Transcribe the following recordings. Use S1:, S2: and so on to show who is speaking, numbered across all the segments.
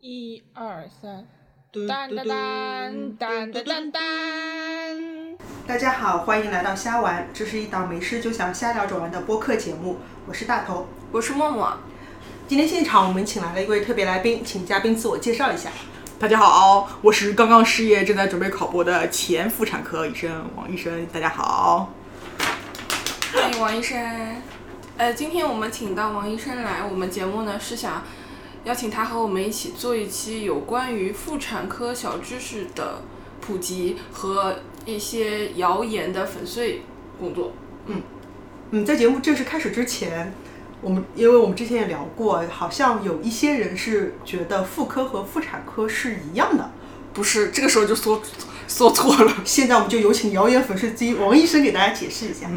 S1: 一二三，当当当当当当当。
S2: 大家好，欢迎来到虾玩，这是一档没事就想瞎聊着玩的播客节目，我是大头。
S3: 我是默默，
S2: 今天现场我们请来了一位特别来宾，请嘉宾自我介绍一下。
S4: 大家好，我是刚刚失业、正在准备考博的前妇产科医生王医生。大家好，
S3: 欢迎王医生。呃，今天我们请到王医生来我们节目呢，是想邀请他和我们一起做一期有关于妇产科小知识的普及和一些谣言的粉碎工作。
S2: 嗯，在节目正式开始之前，我们因为我们之前也聊过，好像有一些人是觉得妇科和妇产科是一样 的。
S4: 不是这个时候就说说错了。
S2: 现在我们就有请谣言粉碎机王医生给大家解释一下。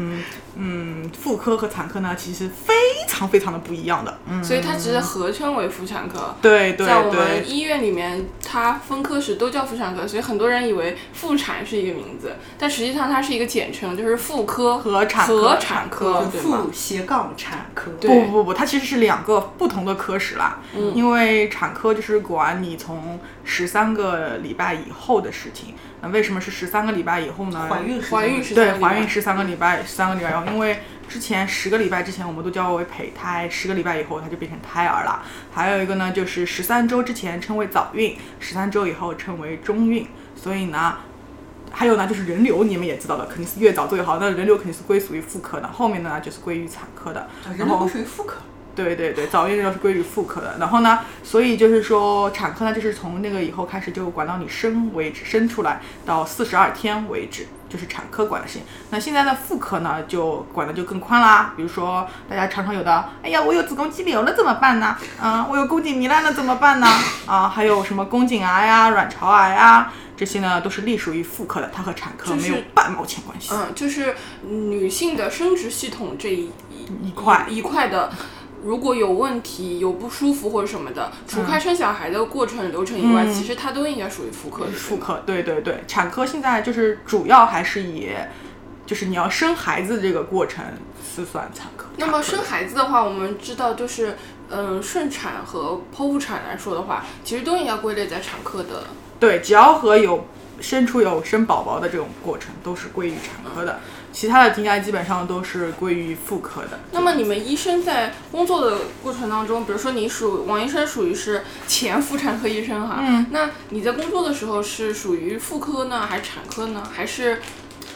S4: 嗯，妇科和产科呢，其实非常非常的不一样的。嗯，
S3: 所以它只是合称为妇产科。
S4: 对对
S3: 在我
S4: 对
S3: 们，医院里面，它分科室都叫妇产科，所以很多人以为妇产是一个名字，但实际上它是一个简称，就是妇科
S4: 和产科
S3: 和产科，对吗
S2: 妇？斜杠嗯产科，
S3: 对
S4: 不不不不，它其实是两个不同的科室啦。
S3: 嗯
S4: 因为产科就是管你从十三个礼拜以后的事情。那为什么是十三个礼拜以后呢？
S2: 怀孕时
S3: 怀孕是
S4: 对，
S3: 三个礼拜
S4: 怀孕十三个礼拜，十三个礼拜以后，因为之前十个礼拜之前我们都叫为胚胎，十个礼拜以后它就变成胎儿了。还有一个呢，就是十三周之前称为早孕，十三周以后称为中孕。所以呢，还有呢就是人流，你们也知道的，肯定是越早最好。那人流肯定是归属于妇科的，后面的呢就是归于产科的。
S2: 人
S4: 然
S2: 类
S4: 后
S2: 不属于妇 科。
S4: 对对对，早孕流是归于妇科的。然后呢，所以就是说产科呢，就是从那个以后开始就管到你生为止，生出来到四十二天为止，就是产科管的事情。那现在的妇科呢，就管的就更宽啦。比如说大家常常有的，哎呀，我有子宫肌瘤了怎么办呢？啊，我有宫颈糜烂了怎么办呢？啊，还有什么宫颈癌呀、卵巢癌呀，这些呢都是隶属于妇科的，它和产科
S3: 就
S4: 没
S3: 是
S4: 有半毛钱关系。
S3: 嗯，就是女性的生殖系统这一
S4: 一块
S3: 一块的，如果有问题、有不舒服或者什么的，除
S4: 嗯
S3: 开生小孩的过程流程以外，其实它都应该属于妇科。
S4: 妇科，嗯对对对，产科现在就是主要还是以，就是你要生孩子这个过程是算产科。
S3: 那么生孩子的话，我们知道就是，嗯，顺产和剖腹产来说的话，其实都应该归类在产科的。
S4: 对，只要和有生出有生宝宝的这种过程都是归于产科的，其他的应该基本上都是归于妇科的。
S3: 那么你们医生在工作的过程当中，比如说你属王医生属于是前妇产科医生哈，
S4: 嗯，
S3: 那你在工作的时候是属于妇科呢，还是产科呢，还是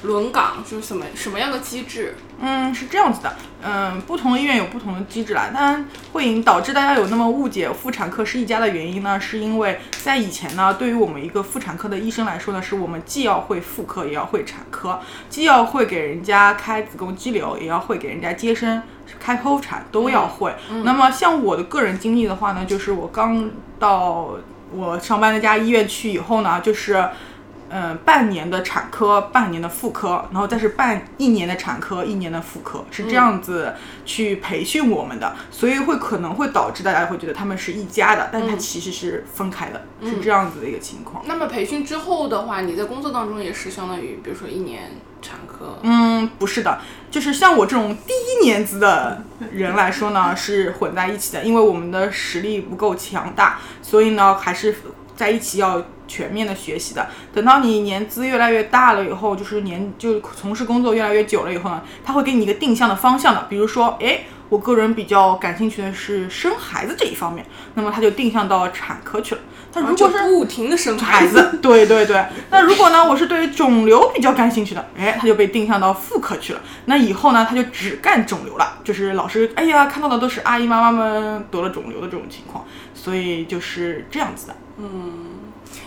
S3: 轮岗？就是什么什么样的机制？
S4: 嗯，是这样子的，嗯，不同的医院有不同的机制啦，当然会引导致大家有那么误解妇产科是一家的原因呢，是因为在以前呢，对于我们一个妇产科的医生来说呢，是我们既要会妇科，也要会产科，既要会给人家开子宫肌瘤，也要会给人家接生、开剖产，都要会。那么像我的个人经历的话呢，就是我刚到我上班那家医院去以后呢，就是。嗯，半年的产科，半年的妇科，然后再是半一年的产科，一年的妇科，是这样子去培训我们的，所以会可能会导致大家会觉得他们是一家的，但它其实是分开的，是这样子的一个情况。
S3: 那么培训之后的话，你在工作当中也是相当于，比如说一年产科，
S4: 嗯，不是的，就是像我这种第一年级的人来说呢，是混在一起的，因为我们的实力不够强大，所以呢，还是在一起要全面的学习的。等到你年资越来越大了以后，就是年就从事工作越来越久了以后呢，他会给你一个定向的方向的，比如说，诶，我个人比较感兴趣的是生孩子这一方面，那么他就定向到产科去了。那如
S3: 就
S4: 果是
S3: 不停的生
S4: 孩
S3: 孩子。
S4: 子， 对对对。那如果呢，我是对于肿瘤比较感兴趣的，哎，他就被定向到妇科去了。那以后呢，他就只干肿瘤了，就是老师，哎呀，看到的都是阿姨妈妈们得了肿瘤的这种情况，所以就是这样子的。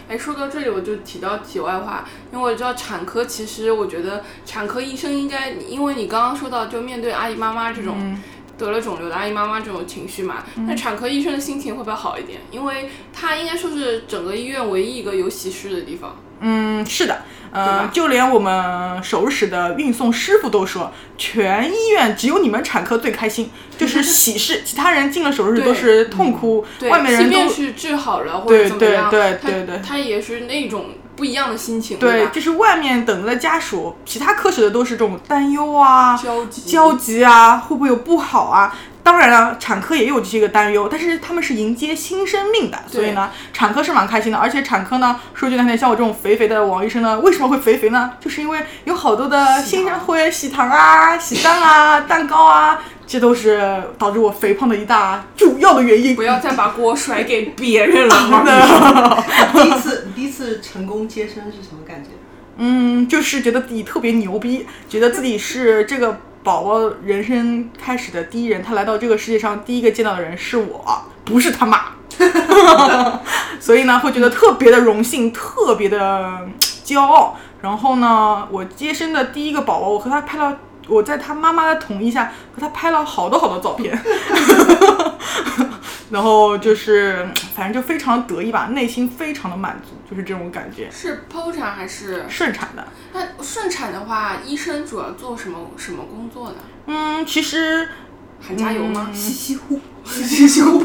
S3: 哎，说到这里，我就提到题外话，因为我知道产科，其实我觉得产科医生应该，因为你刚刚说到，就面对阿姨妈妈这种。
S4: 嗯
S3: 得了肿瘤的阿姨妈妈这种情绪嘛，那产科医生的心情会不会好一点？因为他应该说是整个医院唯一一个有喜事的地方。
S4: 嗯，是的，
S3: 对
S4: 呃
S3: 吧，
S4: 就连我们手使的运送师傅都说，全医院只有你们产科最开心，就是喜事，其他人进了手术室都是痛哭，
S3: 嗯对，
S4: 外面人都
S3: 即便是治好了或者怎么样，
S4: 对对对对
S3: 他他也是那种不一样的心情，
S4: 对，
S3: 吧？
S4: 就是外面等着的家属，其他科室的都是这种担忧啊、
S3: 焦急
S4: 焦急啊，会不会有不好啊？当然了，产科也有这个担忧，但是他们是迎接新生命的，所以呢，产科是蛮开心的。而且产科呢，说句难听，像我这种肥肥的王医生呢，为什么会肥肥呢？就是因为有好多的新生会喜糖 啊、喜蛋啊、蛋糕啊，这都是导致我肥胖的一大主要的原因。
S3: 不要再把锅甩给别 人了，好
S4: 真
S3: 吗？
S4: 的，
S2: 第一次第一次成功接生是什么感觉？
S4: 嗯，就是觉得自己特别牛逼，觉得自己是这个宝宝人生开始的第一人，他来到这个世界上第一个见到的人是我，不是他妈， 所以呢会觉得特别的荣幸，特别的骄傲。然后呢，我接生的第一个宝宝，我和他拍了，我在他妈妈的同意下和他拍了好多好多照片。 然后就是，反正就非常得意吧，内心非常的满足，就是这种感觉。
S3: 是剖产还是？
S4: 顺产的，
S3: 那顺产的话，医生主要做什么什么工作呢？
S4: 嗯，其实，
S3: 喊加油吗？
S2: 稀稀乎，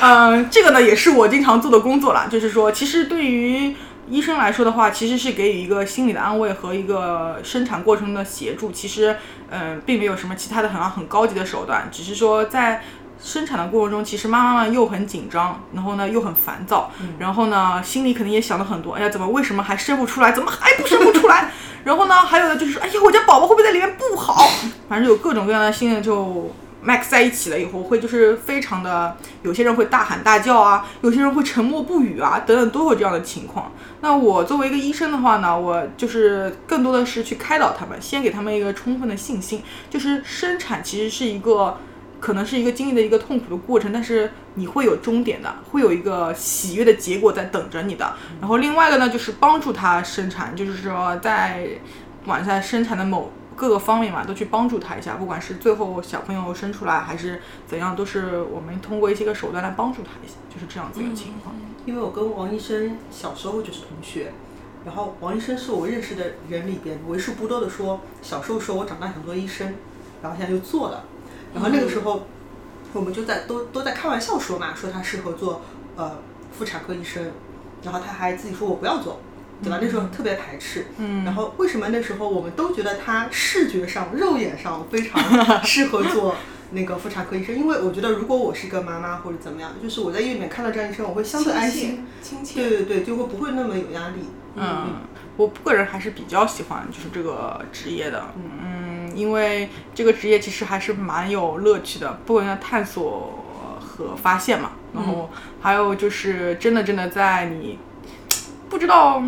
S4: 呃，这个呢也是我经常做的工作啦，就是说，其实对于医生来说的话，其实是给予一个心理的安慰和一个生产过程的协助。其实，嗯、并没有什么其他的很很高级的手段，只是说在。生产的过程中，其实妈妈们又很紧张，然后呢又很烦躁，然后呢心里肯定也想了很多，哎呀，怎么为什么还生不出来？怎么还不生不出来？ 然后呢，还有的就是，哎呀，我家宝宝会不会在里面不好？反正有各种各样的心理就 max 在一起了以后，会就是非常的，有些人会大喊大叫啊，有些人会沉默不语啊，等等都有这样的情况。那我作为一个医生的话呢，我就是更多的是去开导他们，先给他们一个充分的信心，就是生产其实是一个。可能是一个经历的一个痛苦的过程，但是你会有终点的，会有一个喜悦的结果在等着你的。然后另外一个呢，就是帮助他生产，就是说在晚上生产的某各个方面嘛，都去帮助他一下，不管是最后小朋友生出来还是怎样，都是我们通过一些个手段来帮助他一下，就是这样子一个情况。
S2: 因为我跟王医生小时候就是同学，然后王医生是我认识的人里边为数不多的说，小时候说我长大想做医生，然后现在就做了。然后那个时候，我们就在都都在开玩笑说嘛，说他适合做呃妇产科医生，然后他还自己说我不要做，对吧？那时候特别排斥。嗯。然后为什么那时候我们都觉得他视觉上、肉眼上非常适合做那个妇产科医生？因为我觉得如果我是一个妈妈或者怎么样，就是我在医院里面看到这样医生，我会相对安心。
S3: 亲
S2: 对
S3: 切，
S2: 对对，就会不会那么有压力。
S4: 嗯，我个人还是比较喜欢就是这个职业的，嗯，因为这个职业其实还是蛮有乐趣的，不管要探索和发现嘛，然后还有就是真的真的在你不知道。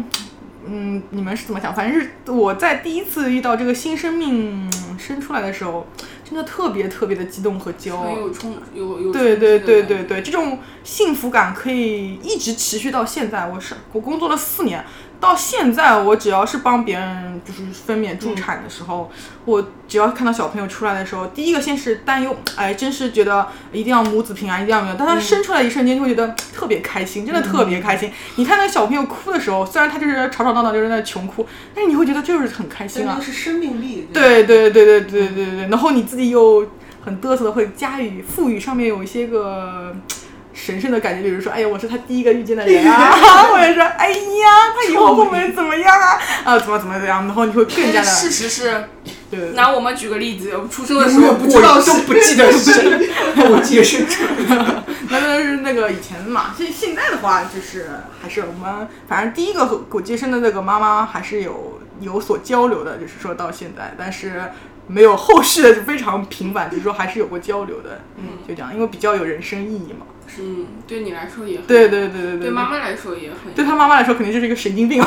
S4: 嗯，你们是怎么想？反正是我在第一次遇到这个新生命嗯生出来的时候，真的特别特别的激动和骄傲
S3: 很，有冲有有
S4: 对对对
S3: 冲击的感觉
S4: 对对，这种幸福感可以一直持续到现在。我是我工作了四年，到现在我只要是帮别人就是分娩助产的时候，我只要看到小朋友出来的时候，第一个先是担忧，哎，真是觉得一定要母子平安，一定要没有。但他生出来一瞬间就会觉得特别开心，真的特别开心。你看那个小朋友哭的时候，虽然他就是吵吵闹闹，就是在那穷哭，但是你会觉得就是很开
S2: 但
S4: 心
S2: 那
S4: 啊
S2: 个。是生命力。吧
S4: 对对对对对对对，然后你自己又很嘚瑟的会加以赋予上面有一些个嗯神圣的感觉，比如说，哎呀，我是他第一个遇见的人啊，或者说，哎呀，他以后会不会怎么样啊？啊，怎么怎么怎么样？然后你会更加的
S3: 但是事实是，
S4: 对对对
S3: 拿我们举个例子，我出生的时候不知
S2: 我
S3: 道
S2: 都
S3: 是
S2: 不记得是谁，我记得是
S4: 那就是那个以前嘛，现现在的话就是还是我们反正第一个和我接生的那个妈妈还是有有所交流的，就是说到现在，但是没有后续的就非常频繁，就是说还是有过交流的，嗯，就这样，因为比较有人生意义嘛。
S3: 嗯，对你来说也很
S4: 对对对对对
S3: 对妈妈来说也很
S4: 对他妈妈来说肯定就是一个神经病，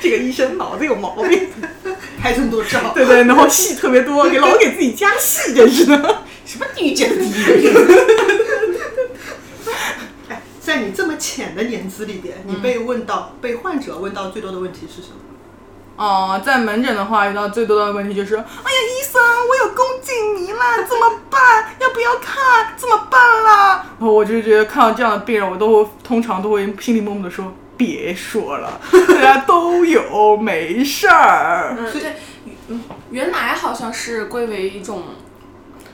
S4: 这个医生脑子有毛病，
S2: 拍这么多照，
S4: 对对，然后戏特别多，给老给自己加戏，真是的。
S2: 什么地狱界的第一人？哎在你这么浅的年资里边，你
S4: 嗯
S2: 被问到、被患者问到最多的问题是什么？
S4: 哦、在门诊的话，遇到最多的问题就是，哎呀，医生，我有宫颈糜烂，怎么办？要不要看？怎么办啦？然后我就觉得看到这样的病人，我都通常都会心里默默的说，别说了，大家都有，没事儿。
S3: 嗯对，嗯，原来好像是归为一种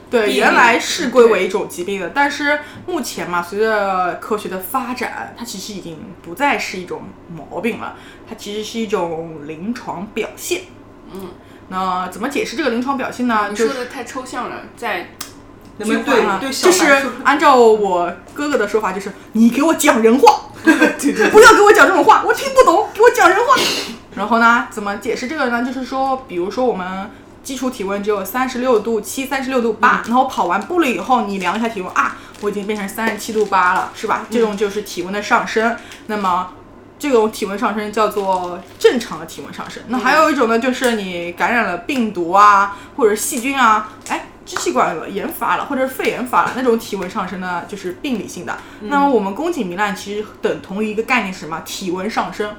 S4: 对，
S3: 病
S4: 原来
S3: 理
S4: 是
S3: 嗯
S4: 归
S3: 对
S4: 为一种疾病的，但是目前嘛，随着科学的发展，它其实已经不再是一种毛病了，它其实是一种临床表现。嗯，那怎么解释这个临床表现呢？
S3: 你
S4: 就
S3: 说
S4: 是
S3: 的太抽象了，再
S2: 那么
S4: 对
S2: 对对小
S4: 啊就
S2: 白
S4: 是
S2: 说
S4: 按照我哥哥的说法，就是你给我讲人话， 不要给我讲这种话，我听不懂，给我讲人话。然后呢，怎么解释这个呢？就是说，比如说我们基础体温只有三十六度七、三十六度八、
S2: 嗯
S4: 然后跑完步了以后，你量一下体温啊，我已经变成三十七度八了，是
S2: 嗯
S4: 吧？这种就是体温的上升。那么这种体温上升叫做正常的体温上升。那还有一种呢，就是你感染了病毒啊，或者细菌啊，哎，支气管炎发了，或者是肺炎发了，那种体温上升呢，就是病理性的。那么我们宫颈糜烂其实等同于一个概念是什么？体温上升。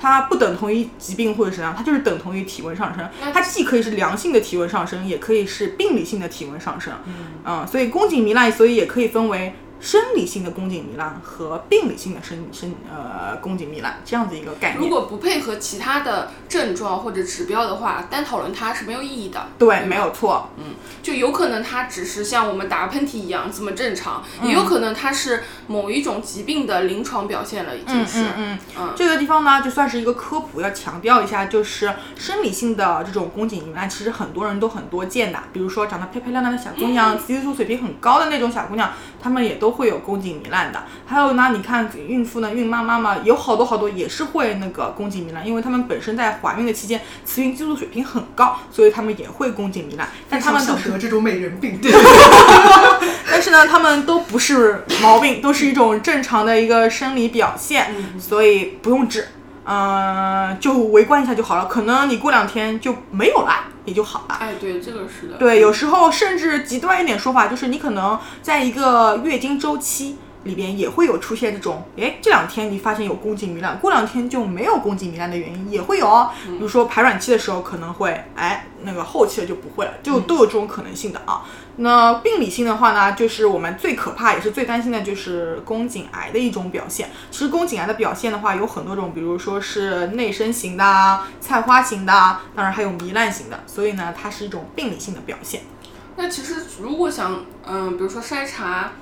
S4: 它不等同于疾病或者什么样，它就是等同于体温上升。它既可以是良性的体温上升，也可以是病理性的体温上升。嗯，所以宫颈糜烂，所以也可以分为生理性的宫颈糜烂和病理性的生生呃宫颈糜烂这样的一个概
S3: 如
S4: 念。
S3: 果不配合其他的症状或者指标的话，单讨论它是没有意义的。
S4: 对，没有错。
S3: 就有可能它只是像我们打喷嚏一样这么正常，
S4: 嗯
S3: 也有可能它是某一种疾病的临床表现了，已经是。
S4: 嗯嗯，这个地方呢，就算是一个科普，要强调一下，就是生理性的这种宫颈糜烂，其实很多人都很多见的。比如说长得漂漂亮亮的小姑娘，雌激素水平很高的那种小姑娘，她们也都会有宫颈糜烂的。还有呢，你看孕妇呢，孕妈妈嘛，有好多好多也是会那个宫颈糜烂，因为她们本身在怀孕的期间，雌孕激素水平很高，所以她们也会宫颈糜烂。但她们都
S2: 想
S4: 是
S2: 得这种美人病，对，
S4: 但是呢，他们都不是毛病，都是一种正常的一个生理表现，所以不用治，嗯、就围观一下就好了。可能你过两天就没有啦，也就好了。
S3: 哎，对，这个是的。
S4: 对，有时候甚至极端一点说法，就是你可能在一个月经周期里边也会有出现这种，诶，这两天你发现有宫颈糜烂，过两天就没有宫颈糜烂的原因也会有哦。比如说排卵期的时候可能会，哎，那个后期的就不会了，就都有这种可能性的啊。那病理性的话呢，就是我们最可怕也是最担心的，就是宫颈癌的一种表现。其实宫颈癌的表现的话，有很多种，比如说是内生型的啊、菜花型的啊，当然还有糜烂型的。所以呢，它是一种病理性的表现。
S3: 那其实如果想，嗯、比如说筛查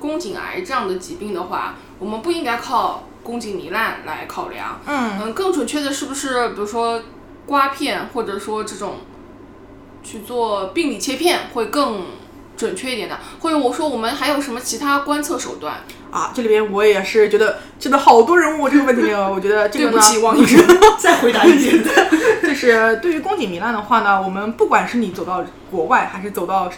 S3: 宫颈癌这样的疾病的话，我们不应该靠宫颈糜烂来考量。
S4: 嗯
S3: 嗯，更准确的是不是，比如说刮片，或者说这种去做病理切片会更准确一点的？或者我说我们还有什么其他观测手段？
S4: 啊，这里边我也是觉得，真的好多人问我这个问题哦，我觉得这个呢，
S3: 对 不起，王医生。
S2: 再回答一遍。
S4: 就是对于宫颈糜烂的话呢，我们不管是你走到国外还是走到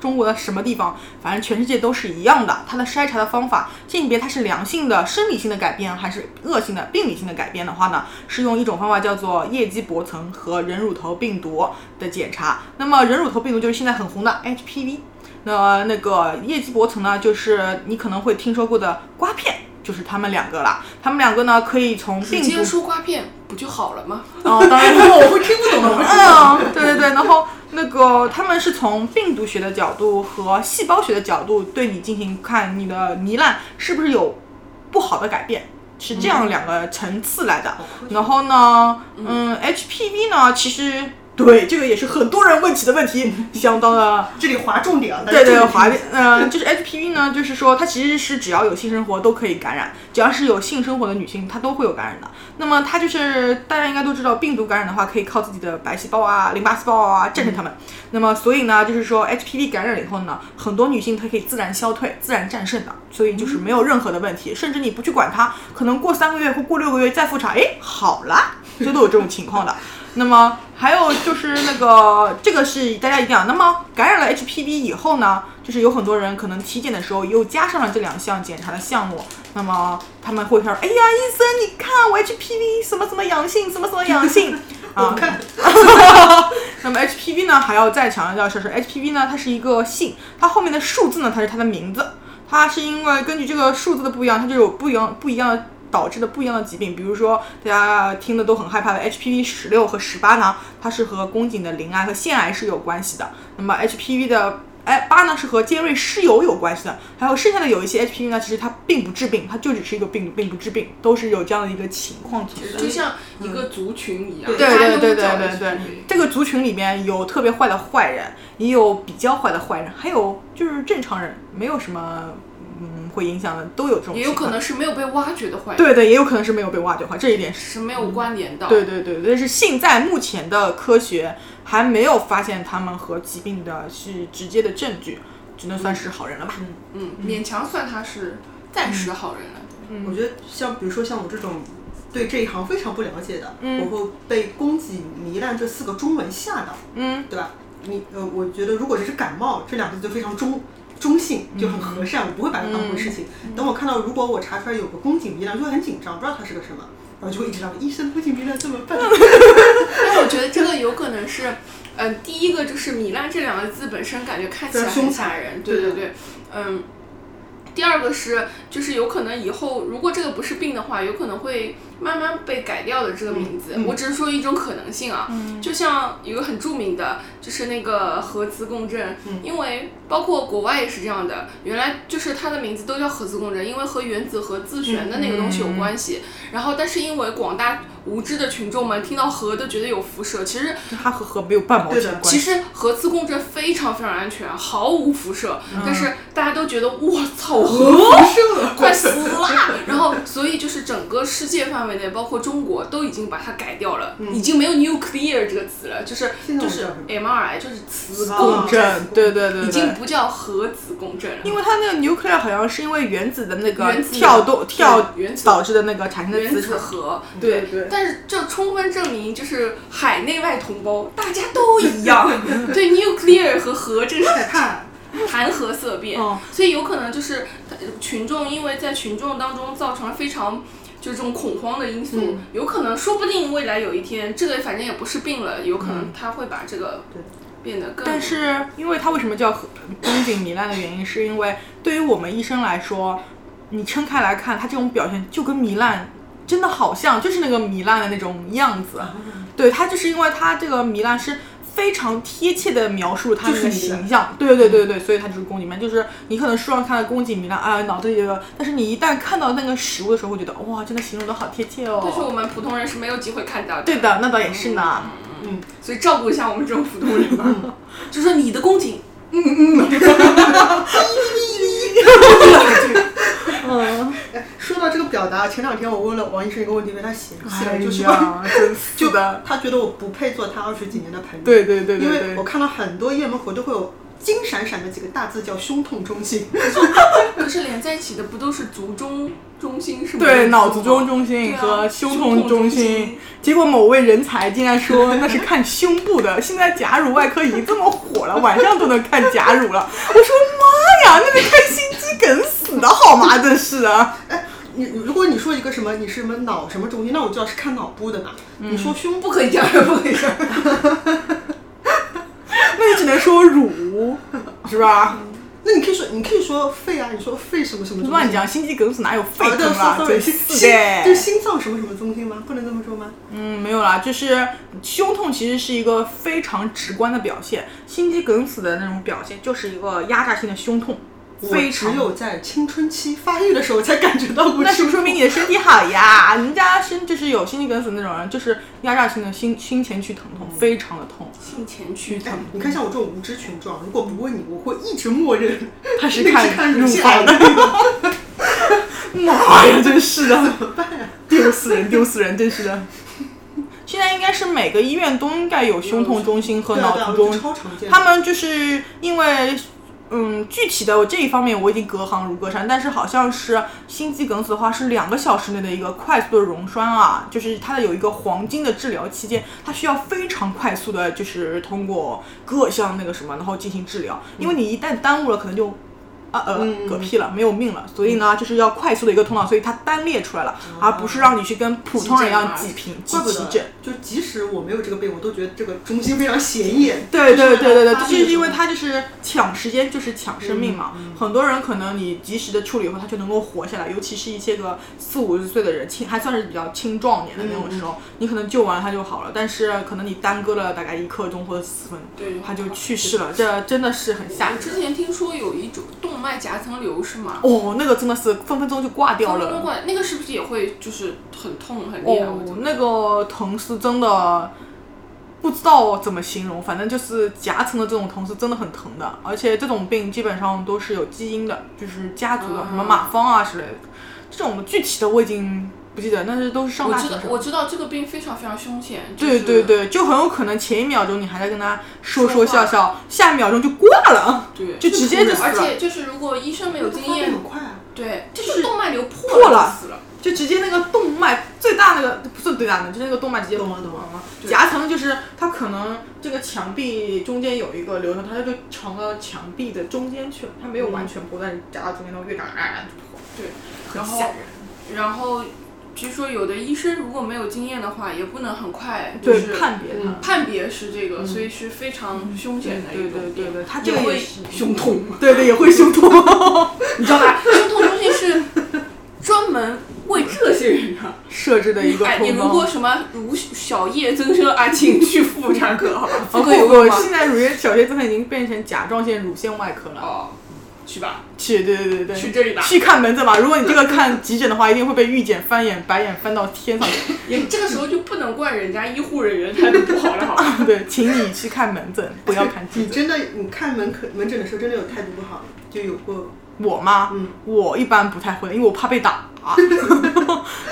S4: 中国的什么地方，反正全世界都是一样的。它的筛查的方法，鉴别它是良性的生理性的改变还是恶性的病理性的改变的话呢，是用一种方法叫做叶基薄层和人乳头病毒的检查。那么人乳头病毒就是现在很红的 HPV。那那个叶基薄层呢，就是你可能会听说过的刮片，就是他们两个啦。他们两个呢，可以从病
S3: 你今
S4: 毒
S3: 天说刮片不就好了吗？
S4: 哦，当然
S2: 我会听不懂的，我会听不懂。
S4: 嗯，对对对，然后那个他们是从病毒学的角度和细胞学的角度对你进行看你的糜烂是不是有不好的改变，是这样两个层次来的。然后呢，嗯，HPV 呢，其实对这个也是很多人问起的问题，相当的。
S2: 这里划重点啊，
S4: 对对，
S2: 这里
S4: 滑变，嗯、就是 HPV 呢，就是说它其实是只要有性生活都可以感染，只要是有性生活的女性，她都会有感染的。那么它就是大家应该都知道，病毒感染的话可以靠自己的白细胞啊、淋巴细胞啊战胜它们。那么所以呢，就是说 HPV 感染了以后呢，很多女性她可以自然消退、自然战胜的，所以就是没有任何的问题，甚至你不去管它，可能过三个月或过六个月再复查，诶，好啦，这都有这种情况的。那么还有就是那个，这个是大家一定要。那么感染了 HPV 以后呢，就是有很多人可能体检的时候又加上了这两项检查的项目，那么他们会说：“哎呀，医生，你看我 HPV 什么什么阳性，什么什么阳性。”啊，
S2: 看
S4: 那么 HPV 呢，还要再强调一下是 HPV 呢，它是一个姓，它后面的数字呢，它是它的名字，它是因为根据这个数字的不一样，它就有不一样不一样的导致的不一样的疾病，比如说大家听的都很害怕的 HPV 十六和十八呢，它是和宫颈的鳞癌和腺癌是有关系的，那么 HPV 的。哎，八呢是和尖锐湿疣有关系的，还有剩下的有一些 HPV 呢，其实它并不治病，它就只是一个病毒，并不治病，都是有这样的一个情况存在的。
S3: 就像一个族群一样，
S4: 嗯
S2: 对
S4: 对
S3: 大家
S4: 对
S3: 都
S4: 对
S3: 叫
S4: 对对
S3: HPV
S4: 对，这个族群里面有特别坏的坏人，也有比较坏的坏人，还有就是正常人，没有什么嗯会影响的，都有这种
S3: 也
S4: 情
S3: 有
S4: 况。
S3: 可能是没有被挖掘的坏人，
S4: 对对，也有可能是没有被挖掘坏，这一点是
S3: 是没有关联的。
S4: 对对对，但是现在目前的科学还没有发现他们和疾病的是直接的证据。只能算是好人了吧。
S3: 嗯，勉强算他是暂时好人
S4: 嗯
S3: 了。
S2: 我觉得像比如说像我这种对这一行非常不了解的，
S4: 嗯
S2: 我会被“供给糜烂”这四个中文吓到，
S4: 嗯，
S2: 对吧？你呃，我觉得如果只是感冒这两个字就非常中中性，就很和善，我不会把它当回事情。
S4: 嗯
S2: 等我看到如果我查出来有个宫颈糜烂，就会很紧张，不知道它是个什么，然后就会一直让医生宫颈糜烂怎么办？
S3: 但我觉得这个有可能是，嗯、第一个就是糜烂这两个字本身感觉看起来
S2: 对
S3: 很
S2: 凶
S3: 吓
S2: 残
S3: 人，
S2: 对
S3: 对对
S2: 的
S3: 对，嗯。第二个是，就是有可能以后如果这个不是病的话，有可能会慢慢被改掉的这个名字。
S2: 嗯嗯嗯
S3: 我只是说一种可能性啊，就像有个很著名的，就是那个核磁共振，
S2: 嗯
S3: 因为包括国外也是这样的，原来就是它的名字都叫核磁共振，因为和原子核自旋的那个东西有关
S2: 嗯
S3: 系。然后，但是因为广大无知的群众们听到核都觉得有辐射，其实
S4: 它和和没有半毛
S2: 对的
S4: 钱关系。
S3: 其实核磁共振非常非常安全，毫无辐射，
S4: 嗯
S3: 但是大家都觉得我操
S4: 哦
S3: 核
S2: 不是 了，
S3: 快死啦！然后所以就是整个世界范围内，包括中国都已经把它改掉了，
S4: 嗯
S3: 已经没有 nuclear 这个词了，就是
S2: 现在
S3: 就
S2: 我知
S3: 是
S2: 道什
S3: MRI 就是磁
S2: 共
S3: 共
S4: 共
S3: 振，
S4: 振，对对哦对对，
S3: 已经不叫核磁共振了。
S4: 因为它那个 nuclear 好像是因为原子的那个
S3: 原子
S4: 跳动跳
S3: 对原子
S4: 导致的那个产生的
S3: 原
S4: 磁
S3: 子
S4: 场。
S3: 核，
S4: 对对
S3: 但是这充分证明，就是海内外同胞大家都 一样，对 nuclear 和核这个
S2: 害怕。
S3: 谈何色变？
S4: 哦
S3: 所以有可能就是呃群众，因为在群众当中造成了非常。就这种恐慌的因素，
S2: 嗯
S3: 有可能，说不定未来有一天，这个反正也不是病了，有可能他会把这个
S2: 对
S3: 变得更。
S4: 嗯但是，因为它为什么叫和嗯宫颈糜烂的原因，是因为对于我们医生来说，你撑开来看，它这种表现就跟糜烂真的好像，就是那个糜烂的那种样子。对，它就是因为它这个糜烂是非常贴切的描述它那
S2: 就
S4: 个
S2: 是糜烂
S4: 形象。对对对对，所以它就是宫颈糜烂，就是你可能书上看的宫颈糜烂啊，脑子里的，但是你一旦看到那个食物的时候，会觉得哇，真的形容的好贴切哦。
S3: 但是我们普通人是没有机会看到的。
S4: 对的，那倒也是呢。
S3: 所以照顾一下我们这种普通人吧。
S4: 嗯
S3: 就说你的宫颈，
S4: 嗯
S2: 哎说到这个表达，前两天我问了王医生一个问题，被他嫌弃了，就是
S4: 哎呀，真是
S2: 就
S4: 的。
S2: 他觉得我不配做他二十几年的朋 友。
S4: 对对对
S2: 因
S4: 对
S2: 为
S4: 对
S2: 我，看到很多医院门口都会有金闪闪的几个大字叫“胸痛中心
S3: 可是连在一起的不都是足中中心是吗？
S4: 对脑卒中中心
S3: 对啊
S4: 和胸痛
S3: 胸痛中
S4: 中
S3: 心
S4: 心，结果某位人才竟然说 那是看胸部的。现在假乳外科已经这么火了，晚上都能看假乳了。我说妈呀，那得看心肌梗死的好吗？真是的。”。
S2: 你如果你说一个什么你是什么脑什么中心，那我就要是看脑部的嘛。
S4: 嗯
S2: 你说胸部
S3: 不可以这样，不可以这样。
S4: 那你只能说乳，是吧？
S2: 那你可以说你可以说肺啊，你说肺什么什么中
S4: 乱
S2: 心。
S4: 讲，心肌梗死哪有肺
S2: 好的
S4: 梗啊？
S2: ，sorry，
S4: 真
S2: 心
S4: 是的。
S2: 就是心脏什么什么中心吗？不能这么说吗？
S4: 嗯，没有啦，就是胸痛其实是一个非常直观的表现，心肌梗死的那种表现就是一个压榨性的胸痛，
S2: 我
S4: 非
S2: 只
S4: 常。
S2: 有在青春期发育的时候才感觉到过。
S4: 那是不是说明你的身体好呀？ 人家身就是有心肌梗死那种人，就是压榨性的心心前区疼
S2: 嗯
S4: 痛，非常的痛。
S3: 性前区
S2: 哎
S3: 疼。
S2: 你看像我这种无知群众，啊如果不问你，我会一直默认
S4: 他是
S2: 那个
S4: 看
S2: 是看
S4: 乳
S2: 乳
S4: 房
S2: 腺
S4: 的
S2: 癌，
S4: 妈哎呀，真 是 的，怎么办呀？丢死人，丢死人，真是的。现在应该是每个医院都应该有胸痛中心和
S2: 对啊
S4: 脑
S2: 对啊，
S4: 卒
S2: 我
S4: 中
S2: 觉得超常见的。
S4: 他们就是因为，嗯，具体的我这一方面我已经隔行如隔山，但是好像是心肌梗死的话是两个小时内的一个快速的溶栓啊，就是它的有一个黄金的治疗期间，它需要非常快速的，就是通过各项那个什么，然后进行治疗，因为你一旦耽误了，可能就。啊呃，
S2: 嗯
S4: 嗝屁了，没有命了，所以呢，就是要快速的一个通道，所以它单列出来了，而不是让你去跟普通人一样
S3: 急
S4: 挤
S3: 诊
S4: 平、挤
S2: 哦怪不
S4: 急
S2: 得
S4: 诊。，
S2: 就即使我没有这个病，我都觉得这个中心非常显眼。
S4: 对对对对对，
S2: 发
S4: 就
S2: 育
S4: 是
S2: 的
S4: 嗯
S2: 时
S4: 因
S2: 候
S4: 为他就是抢时间，就是抢生命嘛。很多人可能你及时的处理以后，他就能够活下来，尤其是一些个四五十岁的人，青还算是比较青壮年的那种时候，你可能救完他就好了，但是可能你耽搁了大概一刻钟或者四分钟，
S3: 对
S4: 他就去世了，这真的是很吓
S3: 我
S4: 人。
S3: 之前听说有一种动脉夹层瘤是吗？
S4: 哦，那个真的是分分钟就挂掉
S3: 分分钟
S4: 了。
S3: 过来，那个是不是也会就是很痛很厉害？
S4: 哦
S3: 我觉，得
S4: 那个疼是真的。不知道怎么形容，反正就是夹层的这种痛是真的很疼的，而且这种病基本上都是有基因的，就是家族的，
S3: 嗯
S4: 什么马芳啊之类的，这种具体的我已经不记得，但是都是上
S3: 我
S4: 大
S3: 知
S4: 学
S3: 道
S4: 的时候
S3: 我知道这个病非常非常凶险，就
S4: 对
S3: 是
S4: 对对，就很有可能前一秒钟你还在跟他说说
S3: 说话
S4: 笑笑，下一秒钟就挂了，
S3: 对，
S4: 就直接就死
S3: 而
S4: 了，
S3: 且就是如果医生没有经
S2: 发
S3: 验
S2: 病很，快啊，
S3: 对，就是是动脉瘤破
S4: 破
S3: 了
S4: 了
S3: 就死了，
S4: 就直接那个动脉最大那个不算最大的，就那个动脉直接
S2: 懂了懂了
S4: 了
S3: 对
S4: 夹层就是它可能这个墙壁中间有一个流程，它就成了墙壁的中间去了，它没有完全破，但是夹到中间它越长越啊就破，
S3: 嗯对，
S4: 很
S3: 然后
S4: 吓人。
S3: 然后据说有的医生如果没有经验的话，也不能很快就
S4: 对
S3: 是，
S4: 判别它，
S3: 判别是这个，所以是非常凶险的
S4: 对
S3: 一种
S4: 对
S3: 病
S4: 对。对，它这
S3: 也
S4: 个
S3: 会
S4: 也是，
S2: 胸痛。
S4: 对对也会胸痛，
S3: 你知道吧？胸痛中心是专门为这些人啊的。
S4: 设置的一个
S3: 哎，你
S4: 通
S3: 如
S4: 道
S3: 果。什么如小叶增生啊， 请去妇产科，好吧？妇
S4: 哦
S3: 科有用
S4: 我
S3: 吗？
S4: 现在乳腺小叶增生已经变成甲状腺乳腺外科了。
S3: 哦，去吧，
S4: 去，对对对对，
S3: 去这里吧。
S4: 去看门诊吧。如果你这个看急诊的话，一定会被预检翻眼白眼翻到天上 去。
S3: 也这个时候就不能怪人家医护人员态度不好了，好吧？
S4: 对，请你去看门诊，不 要看急
S2: 你
S4: 诊。
S2: 真的，你看门科门诊的时候，真的有态度不好，就有过
S4: 我吗？
S2: 嗯
S4: 我一般不太会，因为我怕被打。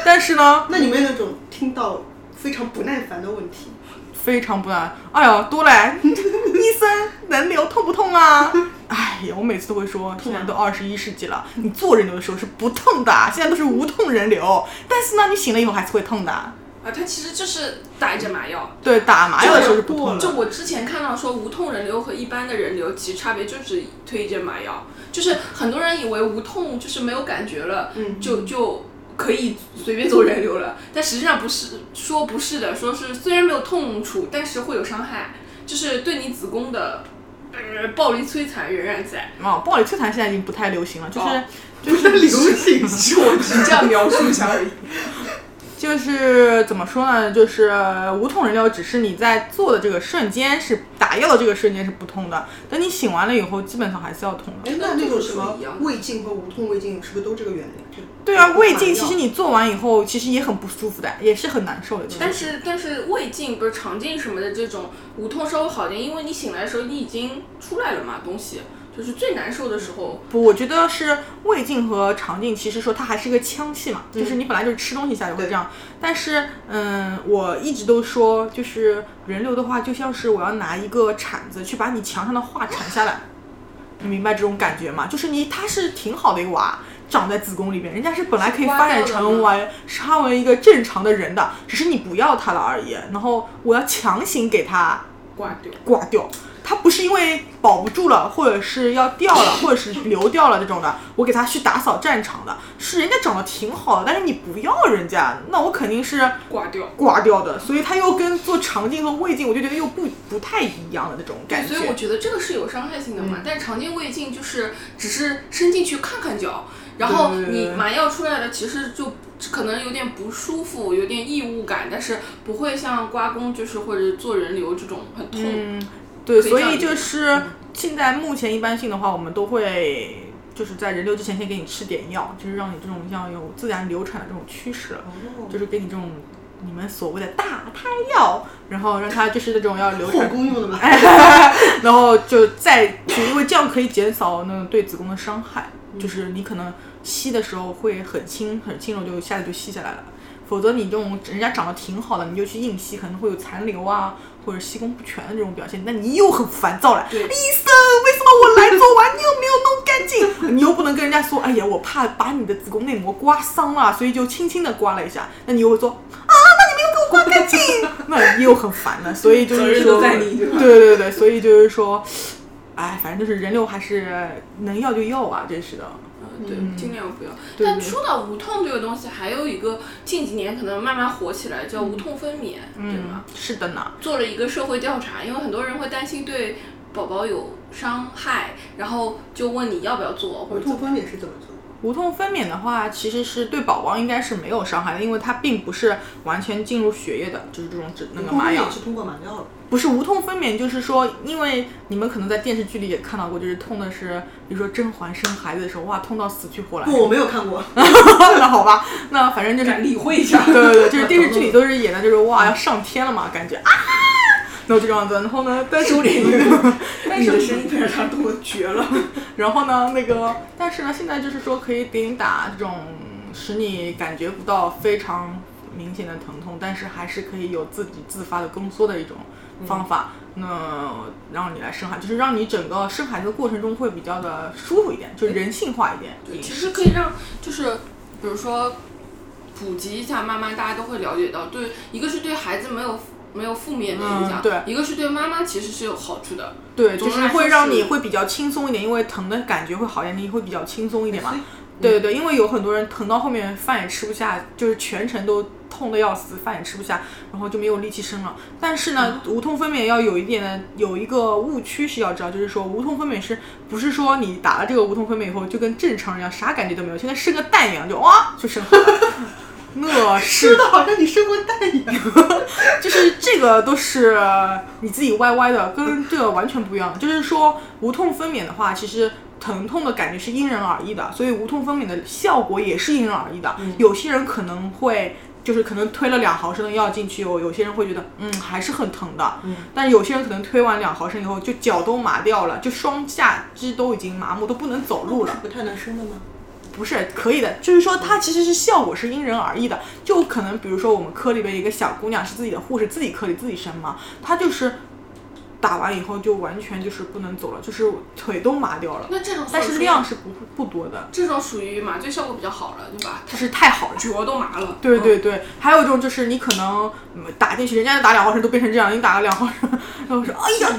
S4: 但是呢，
S2: 那你们有那种听到非常不耐烦的问题，
S4: 非常不难。哎呀，多嘞，医生人流痛不痛啊？哎呀，我每次都会说，现在都二十一世纪了，你做人流的时候是不痛的，现在都是无痛人流。但是呢，你醒了以后还是会痛的。
S3: 啊，他其实就是打一针麻药。
S4: 对，打麻药的时候是不
S2: 这个
S4: 痛
S2: 过
S4: 的
S2: 了。
S3: 就我之前看到说无痛人流和一般的人流其实差别就是推一针麻药，就是很多人以为无痛就是没有感觉了，
S2: 嗯
S3: 就就可以随便做人流了，但实际上不是，说不是的，说是虽然没有痛楚，但是会有伤害，就是对你子宫的。呃，暴力摧残仍然在，
S2: 嗯
S4: 啊，暴力摧残现在已经不太流行了，就是、
S3: 哦
S4: 就是流行，
S3: 只是我只是这样描述一下而已。
S4: 就是怎么说呢？就是无痛人流，只是你在做的这个瞬间是打药的这个瞬间是不痛的，等你醒完了以后，基本上还是要痛的。
S2: 哎，那那种什
S3: 那
S2: 么
S3: 不一样
S2: 胃镜和无痛胃镜是不是都这个原理？
S4: 对啊，胃镜其实你做完以后，其实也很不舒服的，也是很难受的。其实
S3: 但是但是胃镜不是肠镜什么的这种无痛稍微好点，因为你醒来的时候你已经出来了嘛，东西就是最难受的时候。
S4: 不，我觉得是胃镜和肠镜，其实说它还是一个腔气嘛，就是你本来就是吃东西下就会这样。但是，嗯，我一直都说，就是人流的话，就像是我要拿一个铲子去把你墙上的画铲下来，你明白这种感觉吗？就是你它是挺好的一个娃。长在子宫里面，人家是本来可以发展成为他为一个正常的人的，只是你不要他了而已。然后我要强行给他
S3: 挂掉，
S4: 挂掉。它不是因为保不住了，或者是要掉了，或者是流掉了这种的，我给它去打扫战场的，是人家长得挺好的，但是你不要人家，那我肯定是
S3: 挂掉。
S4: 挂掉的，所以它又跟做肠镜和胃镜，我就觉得又不不太一样的那种感觉。
S3: 哎所以我觉得这个是有伤害性的
S4: 嗯
S3: 嘛。但常见胃镜就是只是伸进去看看脚，然后
S4: 对对对
S3: 你麻药出来了，其实就可能有点不舒服，有点异物感，但是不会像刮宫就是或者做人流这种很痛。
S4: 嗯，对，
S3: 可以
S4: 所
S3: 这样
S4: 以
S3: 理解
S4: 就是现在目前一般性的话，我们都会就是在人流之前先给你吃点药，就是让你这种像有自然流产的这种趋势。
S2: 哦，
S4: 就是给你这种你们所谓的大胎药，然后让它就是那种要流
S2: 后
S4: 产，
S2: 宫用的吗？
S4: 哎然后就再就因为这样可以减少那种对子宫的伤害，就是你可能吸的时候会很轻很轻柔就一下子就吸下来了，否则你这种人家长得挺好的，你就去硬吸，可能会有残留啊。或者吸功不全的这种表现，那你又很烦躁了。医生，
S3: 呃
S4: 为什么我来做完你又没有弄干净？你又不能跟人家说，哎呀，我怕把你的子宫内膜刮伤了，所以就轻轻的刮了一下。那你又会说，啊，那你没有给我刮干净， 那又很烦了。所以就
S3: 责
S4: 是
S3: 任
S4: 说，
S3: 都在你对吧
S4: 对对对，所以就是说，哎，反正就是人流还是能要就要啊，真是的。
S3: 嗯，对，尽量不要。
S4: 对
S3: 但
S4: 对
S3: 说到无痛这个东西，还有一个近几年可能慢慢火起来，叫
S4: 嗯
S3: 无痛分娩，对吗？，
S4: 是的呢。
S3: 做了一个社会调查，因为很多人会担心对宝宝有伤害，然后就问你要不要做，或
S2: 无
S3: 者
S2: 痛
S3: 怎么
S2: 分娩是怎么做？
S4: 无痛分娩的话，其实是对宝宝应该是没有伤害的，因为它并不是完全进入血液的，就是这种只那
S2: 无
S4: 个
S2: 痛
S4: 麻
S2: 分
S4: 药
S2: 娩。是通过麻药的，
S4: 不是无痛分娩，就是说，因为你们可能在电视剧里也看到过，就是痛的是，比如说甄嬛生孩子的时候，哇，痛到死去活来。
S2: 不，我没有看过。
S4: 哎 那好吧，那反正 就是
S3: 敢理会一下。
S4: 对对对，就是电视剧里都是演的，就是哇要上天了嘛，感觉啊，然后就这样子，然后呢，但是但是
S3: 音被他多绝了。
S4: 然后呢，那个但是呢，现在就是说可以给你打这种使你感觉不到非常明显的疼痛，但是还是可以有自己自发的宫缩的一种方法。那让你来生孩子，就是让你整个生孩子的过程中会比较的舒服一点，就人性化一点。
S3: 其实可以让就是比如说普及一下妈妈，大家都会了解到，对，一个是对孩子没有没有负面的影响，
S4: 嗯对
S3: 一个是对妈妈其实是有好处的，
S4: 对，
S3: 总
S4: 就
S3: 的
S4: 是
S3: 来说
S4: 会让你
S3: 是
S4: 会比较轻松一点，因为疼的感觉会好一点，你会比较轻松一点嘛
S2: 所以。
S4: 对对对，因为有很多人疼到后面饭也吃不下，就是全程都痛的要死，饭也吃不下，然后就没有力气生了。但是呢，无痛分娩要有一点的有一个误区是要知道，就是说无痛分娩是不是说你打了这个无痛分娩以后就跟正常人一样啥感觉都没有，就跟生个蛋一样，就哇就生好了。 那是
S2: 吃的好像你生过蛋一样。
S4: 就是这个都是你自己歪歪的，跟这个完全不一样。就是说无痛分娩的话，其实疼痛的感觉是因人而异的，所以无痛分娩的效果也是因人而异的。有些人可能会。就是可能推了两毫升的药进去以后，有些人会觉得，嗯，还是很疼的。嗯，但有些人可能推完两毫升以后，就脚都麻掉了，就双下肢都已经麻木，都不能走路了。
S2: 不太难生的吗？
S4: 不是可以的，就是说它其实是效果是因人而异的，就可能比如说我们科里边一个小姑娘是自己的护士，自己科里自己生嘛，她就是打完以后就完全就是不能走了，就是腿都麻掉了，
S3: 那这种
S4: 但
S3: 手
S4: 是
S3: 术
S4: 量是不不多的，
S3: 这种属于麻醉效果比较好了，对吧？
S4: 就是太好了。
S3: 脚都麻了，
S4: 对
S3: 嗯
S4: 对对，还有一种就是你可能嗯打进去，人家打两毫升都变成这样，你打了两毫升，然后说哎呀疼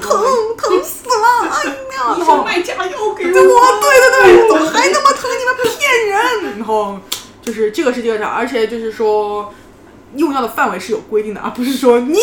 S4: 疼死了，哎呀，然
S3: 医生
S4: 后
S3: 卖假药给
S4: 对
S3: 我，
S4: 我，对 对对，我还那么疼，你们骗人！然后就是这个是这个事儿，而且就是说用药的范围是有规定的，而啊不是说你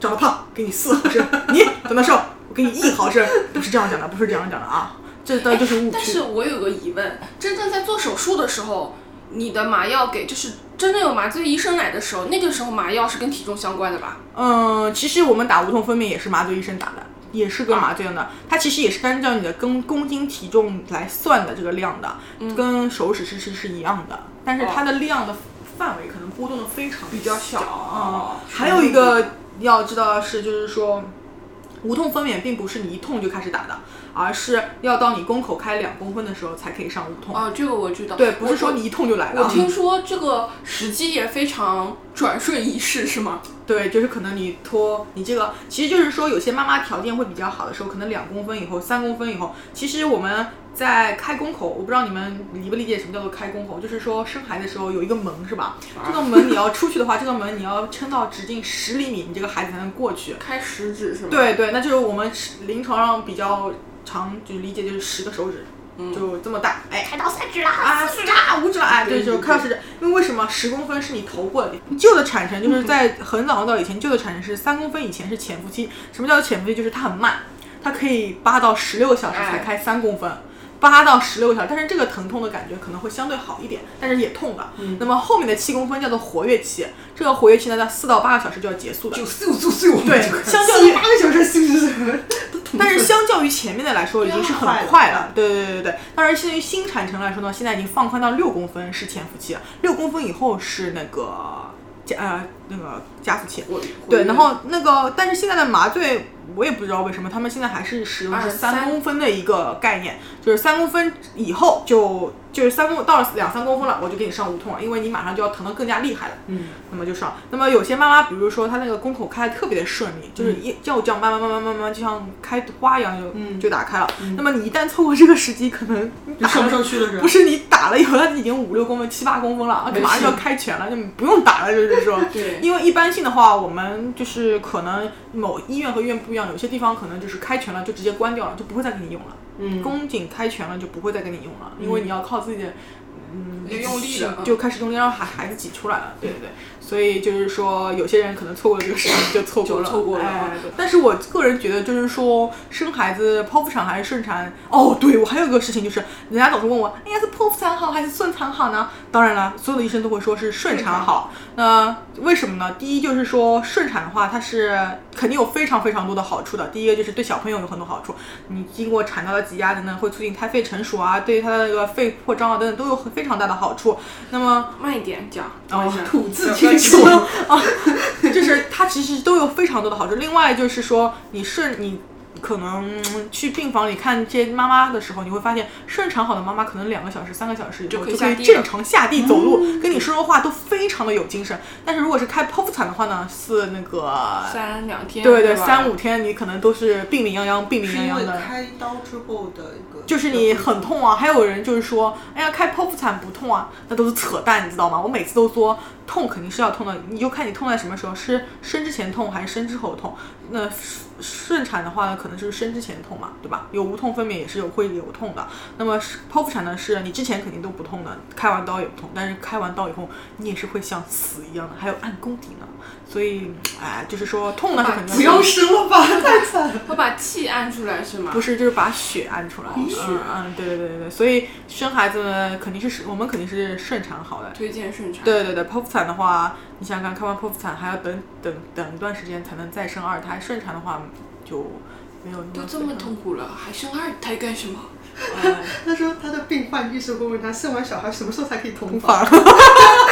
S4: 长得胖给你四毫升，你长得瘦我给你一毫升，不是这样讲的，不是这样讲的啊，这当然就是误区。
S3: 哎嗯但是我有个疑问，真正在做手术的时候，你的麻药给就是真正有麻醉医生来的时候，那个时候麻药是跟体重相关的吧？
S4: 嗯，其实我们打无痛分娩也是麻醉医生打的，也是跟麻醉用的。它其实也是按照你的公公斤体重来算的这个量的，
S3: 嗯
S4: 跟手指是是是一样的，但是它的量的范围可能波动的非常比较小。
S3: 哦
S4: 嗯还有一个要知道的是，就是说。无痛分娩并不是你一痛就开始打的，而是要到你宫口开两公分的时候才可以上无痛。
S3: 哦，这个我知道。
S4: 对，不
S3: 我
S4: 是说你一痛就来了。
S3: 我听说这个时机也非常转瞬即逝，是吗？
S4: 对，就是可能你拖你这个，其实就是说有些妈妈条件会比较好的时候，可能两公分以后、三公分以后，其实我们在开宫口，我不知道你们理不理解什么叫做开宫口，就是说生孩子的时候有一个门是吧？这个门你要出去的话，这个门你要撑到直径十厘米，你这个孩子才能过去。
S3: 开食指是吗？，
S4: 对对，那就是我们临床上比较常就理解就是十个手指，就这么大，哎，开到三指啦，啊，四指啦，五指啦，哎，对，就是开到十指。因为为什么十公分是你头过的地方？旧的产程就是在很早很早以前，旧的产程是三公分以前是潜伏期。什么叫做潜伏期？就是它很慢，它可以八到十六小时才
S3: 哎
S4: 开三公分。八到十六小时，但是这个疼痛的感觉可能会相对好一点，但是也痛的。那么后面的七公分叫做活跃期，这个活跃期呢，在四到八个小时就要结束的。
S2: 就咻咻咻，
S4: 对
S2: 就
S4: 相较于
S2: 八个小时咻咻咻，
S4: 但 是相较于前面的来说，已经是很
S2: 快了
S4: 快了。对对对对对。当然，相对于新产程来说呢，现在已经放宽到六公分是潜伏期了，六公分以后是那个加呃那个加速期。
S3: 我
S2: 嗯
S4: 对，然后那个，但是现在的麻醉，我也不知道为什么，他们现在还是使用是
S3: 23
S4: 三公分的一个概念，就是三公分以后就就是三公到了两三公分了，我就给你上无痛了，因为你马上就要疼得更加厉害了。嗯，那么就上。那么有些妈妈，比如说她那个宫口开的特别的顺利，就是
S3: 嗯
S4: 一就这样慢慢慢慢慢慢，就像开花一样就、就打开了。那么你一旦错过这个时机，可能你
S2: 你
S4: 打
S2: 上
S4: 了
S2: 不上去了是吧？
S4: 不是你打了以后，它已经五六公分、七八公分了，啊
S3: 没
S4: 马上就要
S3: 事
S4: 开拳了，就不用打了，就是说。
S3: 对
S4: 因为一般性的话，我们就是可能某医院和医院不一样，有些地方可能就是开拳了就直接关掉了，就不会再给你用了。嗯。宫颈开拳了就不会再给你用了，
S3: 嗯
S4: 因为你要靠自己的
S3: 就用力了，啊嗯
S4: 就开始用力让孩孩子挤出来了，对对对，所以就是说有些人可能错过了这个时机就错过了，
S3: 就错过了
S4: 哎对但是我个人觉得就是说生孩子剖腹产还是顺产，哦，对我还有一个事情就是，人家总是问我，哎呀是剖腹产好还是顺产好呢？当然了，所有的医生都会说是顺产好，那为什么呢？第一就是说顺产的话，它是肯定有非常非常多的好处的，第一个就是对小朋友有很多好处，你经过产道的挤压等等，会促进胎肺成熟啊，对于他的那个肺扩张啊等等都有很非常大的好处。那么
S3: 慢一点讲。
S4: 哦
S3: 慢一点
S2: 吐字
S4: 就
S2: 清
S4: 是
S2: 楚
S4: 说，啊，就是它其实都有非常多的好处。另外就是说，你顺你可能嗯去病房里看这些妈妈的时候，你会发现顺产好的妈妈可能两个小时、三个小时以后
S3: 就可以
S4: 就可以
S3: 下地
S4: 正
S3: 了嗯
S4: 常下地走路，跟你说说话都非常的有精神。但是如果是开剖腹产的话呢，是那个
S3: 三两天，
S4: 对对
S3: 吧
S4: 三五天，你可能都是病病殃殃、病病
S2: 是
S4: 殃
S2: 因为
S4: 殃的。
S2: 开刀之后的一个，
S4: 就是你很痛啊，还有人就是说，哎呀，开剖腹产不痛啊，那都是扯淡，你知道吗？我每次都说痛肯定是要痛的，你就看你痛在什么时候，是生之前痛还是生之后痛。那顺顺产的话呢，可能就是生之前痛嘛，对吧？有无痛分娩也是有会有痛的。那么是剖腹产呢，是你之前肯定都不痛的，开完刀也不痛，但是开完刀以后你也是会像死一样的，还有按宫底呢。所以，哎，就是说痛呢是肯定
S2: 不
S4: 要
S2: 要生了吧，太惨了。
S3: 会把气按出来是吗？
S4: 不是，就是把血按出来。嗯嗯，对对对对对，所以生孩子呢，肯定是我们肯定是顺产好的。
S3: 推荐顺产。
S4: 对对对，剖腹产的话，你想想看，开完剖腹产还要等等等一段时间才能再生二胎，顺产的话就没有那么嗯
S3: 都这么痛苦了，还生二胎干什么？
S4: 哎
S2: 他说他的病患医生会问他生完小孩什么时候才可以同
S4: 无
S2: 房，
S4: 法。